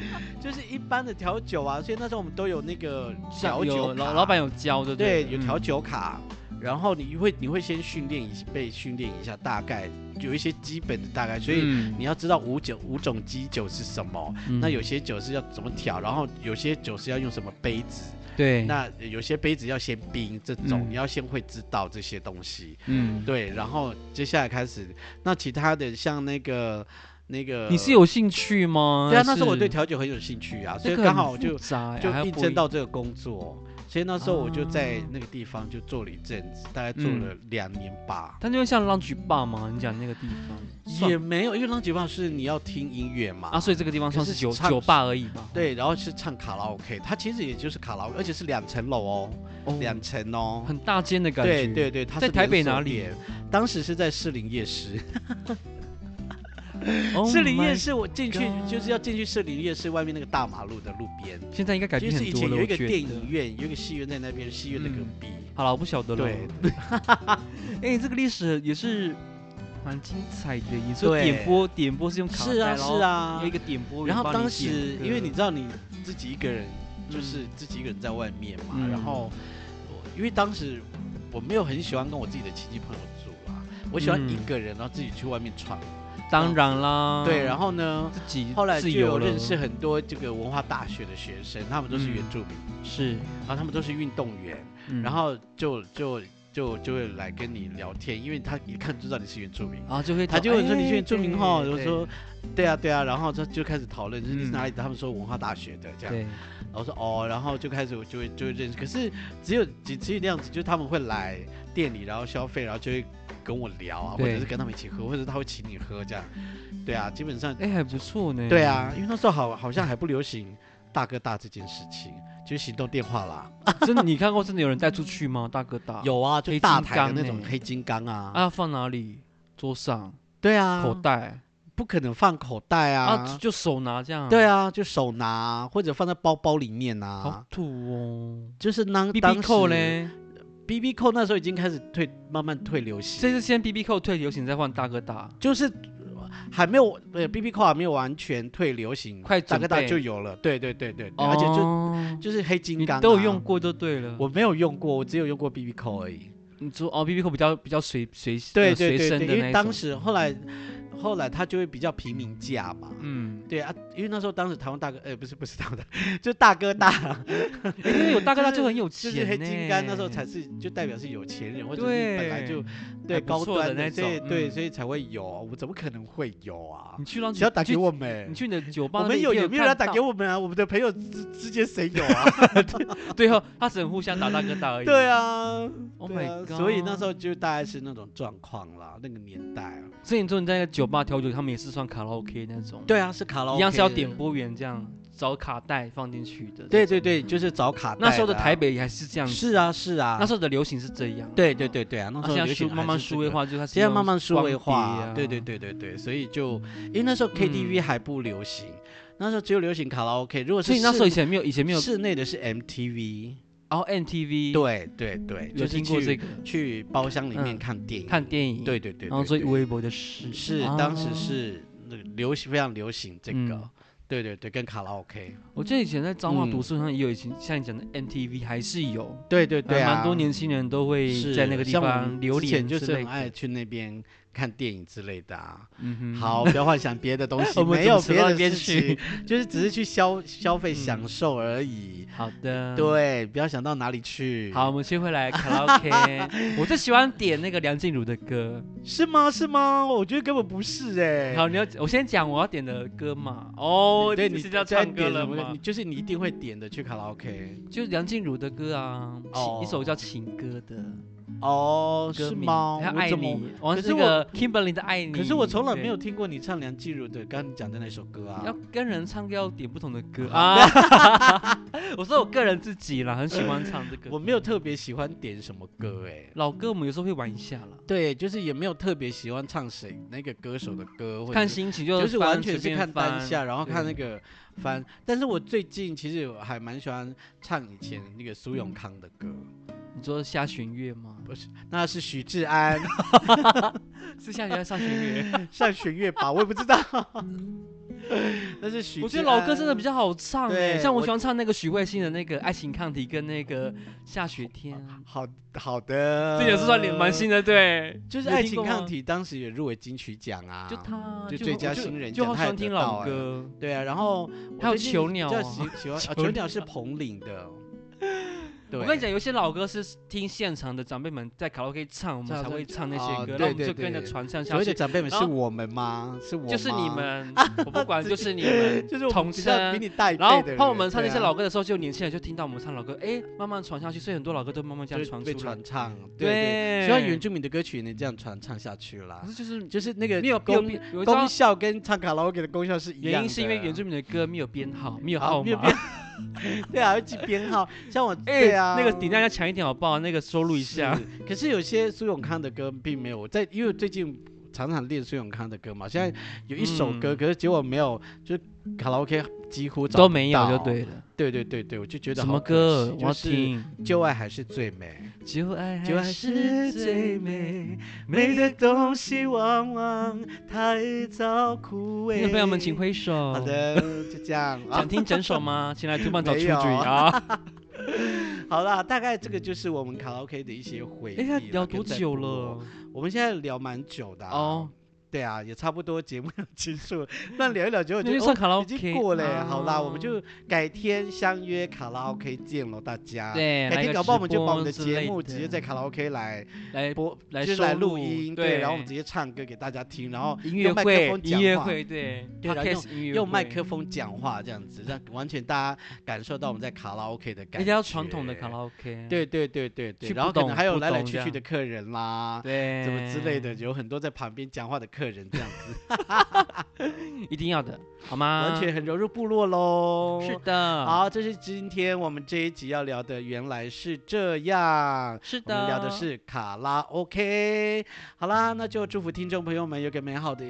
[SPEAKER 2] 就是一般的调酒啊，所以那时候我们都有那个调酒
[SPEAKER 1] 有
[SPEAKER 2] 卡
[SPEAKER 1] 老老板有教的，
[SPEAKER 2] 对，
[SPEAKER 1] 不
[SPEAKER 2] 有调
[SPEAKER 1] 嗯
[SPEAKER 2] 酒卡，然后你会你会先训练一被训练一下，大概有一些基本的大概，所以
[SPEAKER 1] 嗯
[SPEAKER 2] 你要知道五酒五种基酒是什么，那
[SPEAKER 1] 嗯
[SPEAKER 2] 有些酒是要怎么调，然后有些酒是要用什么杯子，
[SPEAKER 1] 对，
[SPEAKER 2] 那有些杯子要先冰，这种、
[SPEAKER 1] 嗯
[SPEAKER 2] 你要先会知道这些东西。
[SPEAKER 1] 嗯，
[SPEAKER 2] 对，然后接下来开始，那其他的像那个那个，
[SPEAKER 1] 你是有兴趣吗？
[SPEAKER 2] 对啊，
[SPEAKER 1] 还
[SPEAKER 2] 那时候我
[SPEAKER 1] 是
[SPEAKER 2] 对调酒很有兴趣啊，所以
[SPEAKER 1] 这个
[SPEAKER 2] 刚
[SPEAKER 1] 很
[SPEAKER 2] 好我
[SPEAKER 1] 复
[SPEAKER 2] 就
[SPEAKER 1] 杂欸
[SPEAKER 2] 就
[SPEAKER 1] 还要
[SPEAKER 2] 应
[SPEAKER 1] 播
[SPEAKER 2] 征
[SPEAKER 1] 音
[SPEAKER 2] 到这个工作，所以那时候我就在
[SPEAKER 1] 啊
[SPEAKER 2] 那个地方就做了一阵子，大概做
[SPEAKER 1] 嗯
[SPEAKER 2] 了两年吧。
[SPEAKER 1] 但就像浪菊坝嘛，你讲那个地方算
[SPEAKER 2] 也没有，因为浪姐棒是你要听音乐嘛，
[SPEAKER 1] 啊，所以这个地方
[SPEAKER 2] 可
[SPEAKER 1] 算
[SPEAKER 2] 是
[SPEAKER 1] 是酒
[SPEAKER 2] 唱
[SPEAKER 1] 酒吧而已嘛。
[SPEAKER 2] 对，然后是唱卡拉 OK，它其实也就是卡拉 OK，而且是两层楼哦，
[SPEAKER 1] 哦，
[SPEAKER 2] 两层哦，
[SPEAKER 1] 很大间的感觉。
[SPEAKER 2] 对对对，它
[SPEAKER 1] 在
[SPEAKER 2] 是
[SPEAKER 1] 台北
[SPEAKER 2] 连锁
[SPEAKER 1] 哪里
[SPEAKER 2] 店？当时是在士林夜市，
[SPEAKER 1] Oh
[SPEAKER 2] 士林夜
[SPEAKER 1] my-
[SPEAKER 2] 市我进去
[SPEAKER 1] God
[SPEAKER 2] 就是要进去士林夜市外面那个大马路的路边，
[SPEAKER 1] 现在应该改
[SPEAKER 2] 就
[SPEAKER 1] 变
[SPEAKER 2] 是
[SPEAKER 1] 很
[SPEAKER 2] 以
[SPEAKER 1] 多
[SPEAKER 2] 前
[SPEAKER 1] 了。
[SPEAKER 2] 有
[SPEAKER 1] 我
[SPEAKER 2] 一个
[SPEAKER 1] 觉
[SPEAKER 2] 电
[SPEAKER 1] 得
[SPEAKER 2] 影院，有一个戏院在那边，戏院的隔
[SPEAKER 1] 嗯
[SPEAKER 2] 壁。
[SPEAKER 1] 好了，我不晓得了。
[SPEAKER 2] 对，
[SPEAKER 1] 哎、这个历史也是蛮精彩的，也是有
[SPEAKER 2] 对
[SPEAKER 1] 点播，点播嗯是用卡带，
[SPEAKER 2] 是啊
[SPEAKER 1] 然后
[SPEAKER 2] 是啊
[SPEAKER 1] 有一。个点播人
[SPEAKER 2] 然后
[SPEAKER 1] 帮你
[SPEAKER 2] 当
[SPEAKER 1] 点
[SPEAKER 2] 时
[SPEAKER 1] 歌
[SPEAKER 2] 因为你知道你自己一个人，就
[SPEAKER 1] 嗯
[SPEAKER 2] 是自己一个人在外面嘛，
[SPEAKER 1] 嗯
[SPEAKER 2] 然后我因为当时我没有很喜欢跟我自己的亲戚朋友住啊，我喜欢一
[SPEAKER 1] 嗯
[SPEAKER 2] 个人，然后自己去外面闯。
[SPEAKER 1] 当然啦，
[SPEAKER 2] 对，然
[SPEAKER 1] 后
[SPEAKER 2] 后呢，
[SPEAKER 1] 自己
[SPEAKER 2] 后来就
[SPEAKER 1] 自
[SPEAKER 2] 有
[SPEAKER 1] 由了
[SPEAKER 2] 认识很多这个文化大学的学生，他们都是原
[SPEAKER 1] 嗯
[SPEAKER 2] 住民，
[SPEAKER 1] 是，
[SPEAKER 2] 然后他们都是运动员，
[SPEAKER 1] 嗯
[SPEAKER 2] 然后就就就就会来跟你聊天，因为他一看就知道你是原住民。
[SPEAKER 1] 啊就会
[SPEAKER 2] 他就会说你是
[SPEAKER 1] 去
[SPEAKER 2] 原住民哈，我说对啊对啊，然后他就开始讨论你是哪里的，他们说文化大学的这
[SPEAKER 1] 嗯
[SPEAKER 2] 样，
[SPEAKER 1] 对，
[SPEAKER 2] 然后说哦，然后就开始我就会就会认识，可是只有几次那样子，就是他们会来店里，然后消费，然后就会跟我聊啊，或
[SPEAKER 1] 对
[SPEAKER 2] 者是跟他们一起喝，或者是他会请你喝这样，对啊，基本上
[SPEAKER 1] 哎、还不错呢，
[SPEAKER 2] 对啊，因为那时候好好像还不流行大哥大这件事情，就是行动电话啦，
[SPEAKER 1] 真的，你看过真的有人带出去吗？大哥大
[SPEAKER 2] 有啊，就
[SPEAKER 1] 黑
[SPEAKER 2] 大
[SPEAKER 1] 金
[SPEAKER 2] 台的
[SPEAKER 1] 刚
[SPEAKER 2] 那种
[SPEAKER 1] 欸
[SPEAKER 2] 黑金刚啊，
[SPEAKER 1] 啊，放哪里？桌上、
[SPEAKER 2] 对啊，
[SPEAKER 1] 口袋
[SPEAKER 2] 不可能放口袋
[SPEAKER 1] 啊，就手拿这样，
[SPEAKER 2] 对
[SPEAKER 1] 啊，
[SPEAKER 2] 啊，就手拿或者放在包包里面啊
[SPEAKER 1] 好，土哦。
[SPEAKER 2] 就是当
[SPEAKER 1] B
[SPEAKER 2] 当
[SPEAKER 1] B
[SPEAKER 2] 时
[SPEAKER 1] 扣嘞，
[SPEAKER 2] ，B B 扣那时候已经开始退，慢慢退流行，
[SPEAKER 1] 这是先 B B 扣退流行，再换大哥大。
[SPEAKER 2] 就是还没有呃 B B 扣还没有完全退流行，
[SPEAKER 1] 快
[SPEAKER 2] 大
[SPEAKER 1] 准
[SPEAKER 2] 概大
[SPEAKER 1] 备
[SPEAKER 2] 就有了，对对对对，对而且就
[SPEAKER 1] 就
[SPEAKER 2] 就是黑金
[SPEAKER 1] 你
[SPEAKER 2] 刚
[SPEAKER 1] 都有
[SPEAKER 2] 啊
[SPEAKER 1] 用，过就对了。
[SPEAKER 2] 我没有用过，我只有用过 B B 扣而已，
[SPEAKER 1] 你说哦，B B 扣比较比较随随
[SPEAKER 2] 对
[SPEAKER 1] 呃
[SPEAKER 2] 对
[SPEAKER 1] 随
[SPEAKER 2] 对
[SPEAKER 1] 身
[SPEAKER 2] 对，
[SPEAKER 1] 的
[SPEAKER 2] 因
[SPEAKER 1] 那
[SPEAKER 2] 为
[SPEAKER 1] 一
[SPEAKER 2] 当
[SPEAKER 1] 种
[SPEAKER 2] 时后来后来它就会比较平民价嘛。
[SPEAKER 1] 嗯，
[SPEAKER 2] 对啊，因为那时候当时台湾大哥，呃，不是不是台湾大 哥，就大哥大，
[SPEAKER 1] 因为有大哥大就很有
[SPEAKER 2] 就
[SPEAKER 1] 钱
[SPEAKER 2] 是
[SPEAKER 1] 呢，
[SPEAKER 2] 黑金刚那时候才是就代表是有钱人，或者是
[SPEAKER 1] 对，
[SPEAKER 2] 本来就对
[SPEAKER 1] 还不
[SPEAKER 2] 高
[SPEAKER 1] 错
[SPEAKER 2] 端
[SPEAKER 1] 的那
[SPEAKER 2] 所以
[SPEAKER 1] 种
[SPEAKER 2] 对，
[SPEAKER 1] 嗯
[SPEAKER 2] 所以才会有。啊我怎么可能会有啊？
[SPEAKER 1] 你去让
[SPEAKER 2] 谁要打给
[SPEAKER 1] 去
[SPEAKER 2] 我们
[SPEAKER 1] 你？去你的酒吧
[SPEAKER 2] 我
[SPEAKER 1] 那
[SPEAKER 2] 们
[SPEAKER 1] 一
[SPEAKER 2] 有
[SPEAKER 1] 边
[SPEAKER 2] 也没有人要打给
[SPEAKER 1] 我？
[SPEAKER 2] 我们啊？我们的朋友之之间谁有 啊？
[SPEAKER 1] 对哦，他只能互相打大哥大而已。
[SPEAKER 2] 对啊，
[SPEAKER 1] ，Oh
[SPEAKER 2] 对
[SPEAKER 1] my
[SPEAKER 2] 啊
[SPEAKER 1] god！
[SPEAKER 2] 所以那时候就大概是那种状况啦，那个年代啊。
[SPEAKER 1] 所以你说你在那个酒吧调酒，他们也是算卡拉 OK 那种，
[SPEAKER 2] 对啊，是卡拉，
[SPEAKER 1] 一样是要点。播员这样找卡带放进去的。
[SPEAKER 2] 对对对，就是找卡带
[SPEAKER 1] 那
[SPEAKER 2] 啊。
[SPEAKER 1] 时候的台北也还是这样子。
[SPEAKER 2] 是啊是啊，
[SPEAKER 1] 那时候的流行是这样。
[SPEAKER 2] 对对对对啊，那
[SPEAKER 1] 啊，
[SPEAKER 2] 时候
[SPEAKER 1] 现在
[SPEAKER 2] 流行
[SPEAKER 1] 数慢慢数
[SPEAKER 2] 数
[SPEAKER 1] 位。化，就开始
[SPEAKER 2] 现在
[SPEAKER 1] 用
[SPEAKER 2] 慢慢数
[SPEAKER 1] 光
[SPEAKER 2] 位化、
[SPEAKER 1] 碟啊
[SPEAKER 2] 对对，对对对，所以就因为那时候
[SPEAKER 1] 嗯
[SPEAKER 2] KTV 还不流行，那时候只有流行卡拉 OK。如果是
[SPEAKER 1] 所以那时候以
[SPEAKER 2] 室
[SPEAKER 1] 前没有，以前没有，哦
[SPEAKER 2] 室内的是 MTV，
[SPEAKER 1] 然后 NTV
[SPEAKER 2] 对对对，
[SPEAKER 1] 有
[SPEAKER 2] 就是
[SPEAKER 1] 听过
[SPEAKER 2] 去
[SPEAKER 1] 这个
[SPEAKER 2] 去包厢里面
[SPEAKER 1] 嗯
[SPEAKER 2] 看电影，
[SPEAKER 1] 看电影，
[SPEAKER 2] 对对对，
[SPEAKER 1] 然后做
[SPEAKER 2] 所以
[SPEAKER 1] 微博的事，
[SPEAKER 2] 是
[SPEAKER 1] 啊
[SPEAKER 2] 当时是那个流行非常流行这个
[SPEAKER 1] 嗯，
[SPEAKER 2] 对对对，跟卡拉 OK，
[SPEAKER 1] 我记得以前在彰化
[SPEAKER 2] 嗯
[SPEAKER 1] 读书上也有以前像你讲的 NTV 还是有，
[SPEAKER 2] 对对对
[SPEAKER 1] 还
[SPEAKER 2] 啊，
[SPEAKER 1] 蛮多年轻人都会
[SPEAKER 2] 是
[SPEAKER 1] 在那个地
[SPEAKER 2] 像我们
[SPEAKER 1] 方流
[SPEAKER 2] 之前
[SPEAKER 1] 连
[SPEAKER 2] 就
[SPEAKER 1] 之
[SPEAKER 2] 是
[SPEAKER 1] 类
[SPEAKER 2] 很
[SPEAKER 1] 的
[SPEAKER 2] 爱去那边看电影之类的啊。
[SPEAKER 1] 嗯哼，
[SPEAKER 2] 好，不要幻想别的东 西，
[SPEAKER 1] 我们
[SPEAKER 2] 没
[SPEAKER 1] 怎么
[SPEAKER 2] 有
[SPEAKER 1] 扯
[SPEAKER 2] 别
[SPEAKER 1] 到
[SPEAKER 2] 的
[SPEAKER 1] 那边
[SPEAKER 2] 事情，就是只是 去消消费、享
[SPEAKER 1] 嗯
[SPEAKER 2] 受而已。
[SPEAKER 1] 好的，。
[SPEAKER 2] 对，不要想到哪里去。
[SPEAKER 1] 好，我，们先回来卡拉 OK。我最喜欢点那个梁静茹的歌。
[SPEAKER 2] 是吗？是吗？我觉得根本不是哎、
[SPEAKER 1] 好，你要我先讲我要点的歌嘛。哦，
[SPEAKER 2] 对
[SPEAKER 1] 这
[SPEAKER 2] 你
[SPEAKER 1] 是要
[SPEAKER 2] 在
[SPEAKER 1] 唱歌
[SPEAKER 2] 点
[SPEAKER 1] 了
[SPEAKER 2] 什么
[SPEAKER 1] 吗
[SPEAKER 2] 你？就是你一定会点的去卡拉 OK。
[SPEAKER 1] 就是梁静茹的歌啊，
[SPEAKER 2] 哦
[SPEAKER 1] 情一首叫《情歌》的
[SPEAKER 2] 哦，
[SPEAKER 1] 歌
[SPEAKER 2] 是
[SPEAKER 1] 名，
[SPEAKER 2] 吗？
[SPEAKER 1] 还有《
[SPEAKER 2] 我
[SPEAKER 1] 爱你
[SPEAKER 2] 怎么？》，
[SPEAKER 1] 王
[SPEAKER 2] 可
[SPEAKER 1] 是
[SPEAKER 2] 是
[SPEAKER 1] 那个 Kimberly 的《爱你》。
[SPEAKER 2] 可是我从来没
[SPEAKER 1] 对
[SPEAKER 2] 有听过你唱梁静茹的，刚刚你讲的那首歌啊
[SPEAKER 1] 要。跟人唱歌要点不同的歌啊。 我说我个人自己啦，很喜欢唱这
[SPEAKER 2] 我
[SPEAKER 1] 个
[SPEAKER 2] 没有特别喜欢点什么歌哎、
[SPEAKER 1] 老歌，我们有时候会玩一下啦，
[SPEAKER 2] 对，就是也没有特别喜欢唱谁那个歌手的歌，或者
[SPEAKER 1] 看
[SPEAKER 2] 是
[SPEAKER 1] 心情就
[SPEAKER 2] 就是
[SPEAKER 1] 翻
[SPEAKER 2] 完全
[SPEAKER 1] 随
[SPEAKER 2] 是
[SPEAKER 1] 便
[SPEAKER 2] 看当
[SPEAKER 1] 翻
[SPEAKER 2] 下，然后看那
[SPEAKER 1] 对
[SPEAKER 2] 个翻。但是我最近其实我还蛮喜欢唱以前那个
[SPEAKER 1] 嗯
[SPEAKER 2] 苏永康的歌，
[SPEAKER 1] 你说下弦月 吗？
[SPEAKER 2] 那是许志安
[SPEAKER 1] 是下弦月上弦 月？
[SPEAKER 2] 上弦乐吧，我也不知道。 那是许，
[SPEAKER 1] 嗯我觉得老歌真的比
[SPEAKER 2] 较。
[SPEAKER 1] 较好唱哎、
[SPEAKER 2] 对
[SPEAKER 1] 像我
[SPEAKER 2] 我
[SPEAKER 1] 喜欢唱那个许慧欣的那个《爱情抗体》跟那个下雪天啊，
[SPEAKER 2] 好好的，
[SPEAKER 1] 这也是算蛮蛮新的对，
[SPEAKER 2] 就是《
[SPEAKER 1] 有
[SPEAKER 2] 爱
[SPEAKER 1] 听
[SPEAKER 2] 情
[SPEAKER 1] 过吗
[SPEAKER 2] 抗体》当时也入围金曲奖啊，
[SPEAKER 1] 就他啊
[SPEAKER 2] 就
[SPEAKER 1] 就
[SPEAKER 2] 最
[SPEAKER 1] 我
[SPEAKER 2] 佳
[SPEAKER 1] 就
[SPEAKER 2] 新人
[SPEAKER 1] 就好
[SPEAKER 2] 奖他
[SPEAKER 1] 喜
[SPEAKER 2] 也
[SPEAKER 1] 欢
[SPEAKER 2] 得
[SPEAKER 1] 听
[SPEAKER 2] 到
[SPEAKER 1] 老
[SPEAKER 2] 哎
[SPEAKER 1] 歌，
[SPEAKER 2] 对啊，然后我
[SPEAKER 1] 还有
[SPEAKER 2] 最近
[SPEAKER 1] 囚鸟
[SPEAKER 2] 比较
[SPEAKER 1] 啊
[SPEAKER 2] 喜喜欢啊，
[SPEAKER 1] 囚
[SPEAKER 2] 囚鸟
[SPEAKER 1] 鸟
[SPEAKER 2] 是彭羚的，对
[SPEAKER 1] 我跟你讲，有些老歌是听现场的长辈们在卡拉 OK 唱，我们
[SPEAKER 2] 唱
[SPEAKER 1] 才会唱那些
[SPEAKER 2] 哦
[SPEAKER 1] 歌，
[SPEAKER 2] 对
[SPEAKER 1] 然后我们
[SPEAKER 2] 对
[SPEAKER 1] 就跟着
[SPEAKER 2] 对
[SPEAKER 1] 传唱
[SPEAKER 2] 所
[SPEAKER 1] 下
[SPEAKER 2] 谓的
[SPEAKER 1] 去。
[SPEAKER 2] 长辈们
[SPEAKER 1] 然
[SPEAKER 2] 是
[SPEAKER 1] 后
[SPEAKER 2] 我们吗？是我吗
[SPEAKER 1] 就是你，们， 我不管， 就是你们
[SPEAKER 2] 就是我
[SPEAKER 1] 同
[SPEAKER 2] 们比较比
[SPEAKER 1] 声。
[SPEAKER 2] 你大一辈
[SPEAKER 1] 然后
[SPEAKER 2] 的人
[SPEAKER 1] 当我们唱那
[SPEAKER 2] 对
[SPEAKER 1] 些
[SPEAKER 2] 啊
[SPEAKER 1] 老歌的时候，就有年轻人就听到我们唱老歌，哎，慢慢传下去，所以很多老歌都慢慢这样
[SPEAKER 2] 就
[SPEAKER 1] 传
[SPEAKER 2] 被
[SPEAKER 1] 出来。嗯
[SPEAKER 2] 传唱，对对。
[SPEAKER 1] 对，
[SPEAKER 2] 希望原住民的歌曲也能这样传唱下去啦
[SPEAKER 1] 可。是就是
[SPEAKER 2] 就是那个
[SPEAKER 1] 没有没有
[SPEAKER 2] 功
[SPEAKER 1] 编，有一
[SPEAKER 2] 功
[SPEAKER 1] 招
[SPEAKER 2] 效跟唱卡拉 OK 的功效是一样的。
[SPEAKER 1] 原因是因为原住民的歌没有编号，没有
[SPEAKER 2] 啊
[SPEAKER 1] 号
[SPEAKER 2] 没有
[SPEAKER 1] 码
[SPEAKER 2] 编。对啊，要记编号。像我，
[SPEAKER 1] 哎
[SPEAKER 2] 对啊，
[SPEAKER 1] 那个顶大家强一点好不好？那个收录一下。
[SPEAKER 2] 是。可是有些苏永康的歌并没有，我在因为最近常常练苏永康的歌嘛，现在有一首歌，
[SPEAKER 1] 嗯
[SPEAKER 2] 可是结果没有，就是卡拉 OK 几乎找
[SPEAKER 1] 都
[SPEAKER 2] 不
[SPEAKER 1] 没有就
[SPEAKER 2] 到。
[SPEAKER 1] 对了。
[SPEAKER 2] 对对对对，我就觉得
[SPEAKER 1] 什
[SPEAKER 2] 好
[SPEAKER 1] 么
[SPEAKER 2] 可
[SPEAKER 1] 歌
[SPEAKER 2] 惜？
[SPEAKER 1] 我要。
[SPEAKER 2] 就是
[SPEAKER 1] 听。
[SPEAKER 2] 旧爱还是最美，
[SPEAKER 1] 旧爱
[SPEAKER 2] 旧爱
[SPEAKER 1] 还
[SPEAKER 2] 是
[SPEAKER 1] 是
[SPEAKER 2] 最
[SPEAKER 1] 最
[SPEAKER 2] 美
[SPEAKER 1] 美。，
[SPEAKER 2] 美的东西往往太早枯
[SPEAKER 1] 听
[SPEAKER 2] 萎。
[SPEAKER 1] 众朋友们，请挥手。
[SPEAKER 2] 好，的，就 这样啊
[SPEAKER 1] 想。听整首 吗？请来图曼岛出
[SPEAKER 2] 没
[SPEAKER 1] 局
[SPEAKER 2] 有
[SPEAKER 1] 啊！
[SPEAKER 2] 好啦，大概这个就是我们卡拉 OK 的一些回 忆
[SPEAKER 1] 哎
[SPEAKER 2] 啦。
[SPEAKER 1] 呀，聊多
[SPEAKER 2] 跟在
[SPEAKER 1] 久
[SPEAKER 2] 部落
[SPEAKER 1] 了？
[SPEAKER 2] 我们现在聊蛮久的、
[SPEAKER 1] 哦
[SPEAKER 2] 哦，，对啊，也差不多节目要结束了。那聊一聊，结果
[SPEAKER 1] 那
[SPEAKER 2] 就
[SPEAKER 1] 就
[SPEAKER 2] 哦
[SPEAKER 1] 上卡拉
[SPEAKER 2] 已
[SPEAKER 1] OK
[SPEAKER 2] 经过了、好啦，我们
[SPEAKER 1] 啊
[SPEAKER 2] 就改天相约卡拉 OK 见喽，大家。，
[SPEAKER 1] 对，
[SPEAKER 2] 啊改
[SPEAKER 1] 来
[SPEAKER 2] 天
[SPEAKER 1] 个
[SPEAKER 2] 搞不好我们
[SPEAKER 1] 直
[SPEAKER 2] 就把我
[SPEAKER 1] 播
[SPEAKER 2] 们的
[SPEAKER 1] 之
[SPEAKER 2] 节
[SPEAKER 1] 类
[SPEAKER 2] 目
[SPEAKER 1] 的
[SPEAKER 2] 直接在卡拉 OK 来
[SPEAKER 1] 来
[SPEAKER 2] 播，
[SPEAKER 1] 来
[SPEAKER 2] 就是来
[SPEAKER 1] 收
[SPEAKER 2] 录
[SPEAKER 1] 录
[SPEAKER 2] 音，
[SPEAKER 1] 对
[SPEAKER 2] 然后我们直接唱歌给大家听，然后
[SPEAKER 1] 音乐
[SPEAKER 2] 用麦克
[SPEAKER 1] 会
[SPEAKER 2] 风，讲
[SPEAKER 1] 音乐
[SPEAKER 2] 话
[SPEAKER 1] 会，对，
[SPEAKER 2] 对然后
[SPEAKER 1] podcast 音乐
[SPEAKER 2] 用麦
[SPEAKER 1] 会
[SPEAKER 2] 克，风讲话这样子，让完全大家感受到我们在卡拉 OK 的感
[SPEAKER 1] 一
[SPEAKER 2] 觉。
[SPEAKER 1] 定要传统的卡拉 OK，
[SPEAKER 2] 对对对对对，
[SPEAKER 1] 去
[SPEAKER 2] 然
[SPEAKER 1] 不
[SPEAKER 2] 后可能
[SPEAKER 1] 懂
[SPEAKER 2] 还有
[SPEAKER 1] 不
[SPEAKER 2] 来来
[SPEAKER 1] 懂
[SPEAKER 2] 去
[SPEAKER 1] 这
[SPEAKER 2] 去的客人啦，
[SPEAKER 1] 对，
[SPEAKER 2] 怎啊么之类的，，有很多在旁边讲话的客人这样子，
[SPEAKER 1] 一定要的，好吗？
[SPEAKER 2] 完全很融入部落喽。
[SPEAKER 1] 嗯是。的，，
[SPEAKER 2] 好，这是今天我们这一集要聊的，原来是这样。
[SPEAKER 1] 是
[SPEAKER 2] 我
[SPEAKER 1] 的，
[SPEAKER 2] 们聊的是卡拉 OK。好啦，那就祝福听众朋友们有个美好的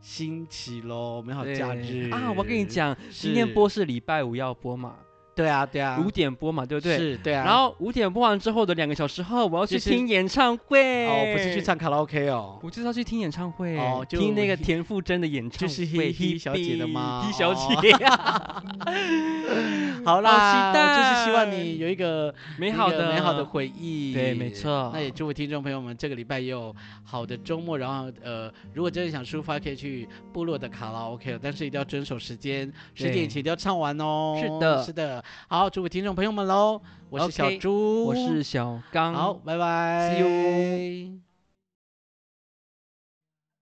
[SPEAKER 2] 星期喽，美好
[SPEAKER 1] 对
[SPEAKER 2] 假日
[SPEAKER 1] 啊！我跟你，讲，今
[SPEAKER 2] 是
[SPEAKER 1] 天播是礼拜五要播嘛，
[SPEAKER 2] 对啊对啊，
[SPEAKER 1] 五点播嘛，对不对？
[SPEAKER 2] 是，对啊。
[SPEAKER 1] 然后五点播完之后的两个小时后，我要去
[SPEAKER 2] 就是
[SPEAKER 1] 听演唱会。
[SPEAKER 2] 哦，不是去，唱卡拉 OK 哦，
[SPEAKER 1] 我就是要去听演唱会，
[SPEAKER 2] 哦就
[SPEAKER 1] 听那个田馥甄的演唱会，
[SPEAKER 2] 就是嘿嘿小姐的哦吗
[SPEAKER 1] 嘿小姐，
[SPEAKER 2] 好啦，
[SPEAKER 1] 期待
[SPEAKER 2] 就是希望你有一个
[SPEAKER 1] 美好
[SPEAKER 2] 一个
[SPEAKER 1] 的
[SPEAKER 2] 美好的回忆。
[SPEAKER 1] 对没错
[SPEAKER 2] 那也祝福听众朋友们这个礼拜也有好的周末。然后呃，如果真的想抒发，可以去部落的卡拉 OK 了，但是一定要遵守时间，十
[SPEAKER 1] 对
[SPEAKER 2] 点以前一定要唱完哦。
[SPEAKER 1] 是的
[SPEAKER 2] 是的。好，祝福听众朋友们喽！我是小
[SPEAKER 1] OK，
[SPEAKER 2] 猪
[SPEAKER 1] 我是小刚，
[SPEAKER 2] 好，拜拜。
[SPEAKER 1] See you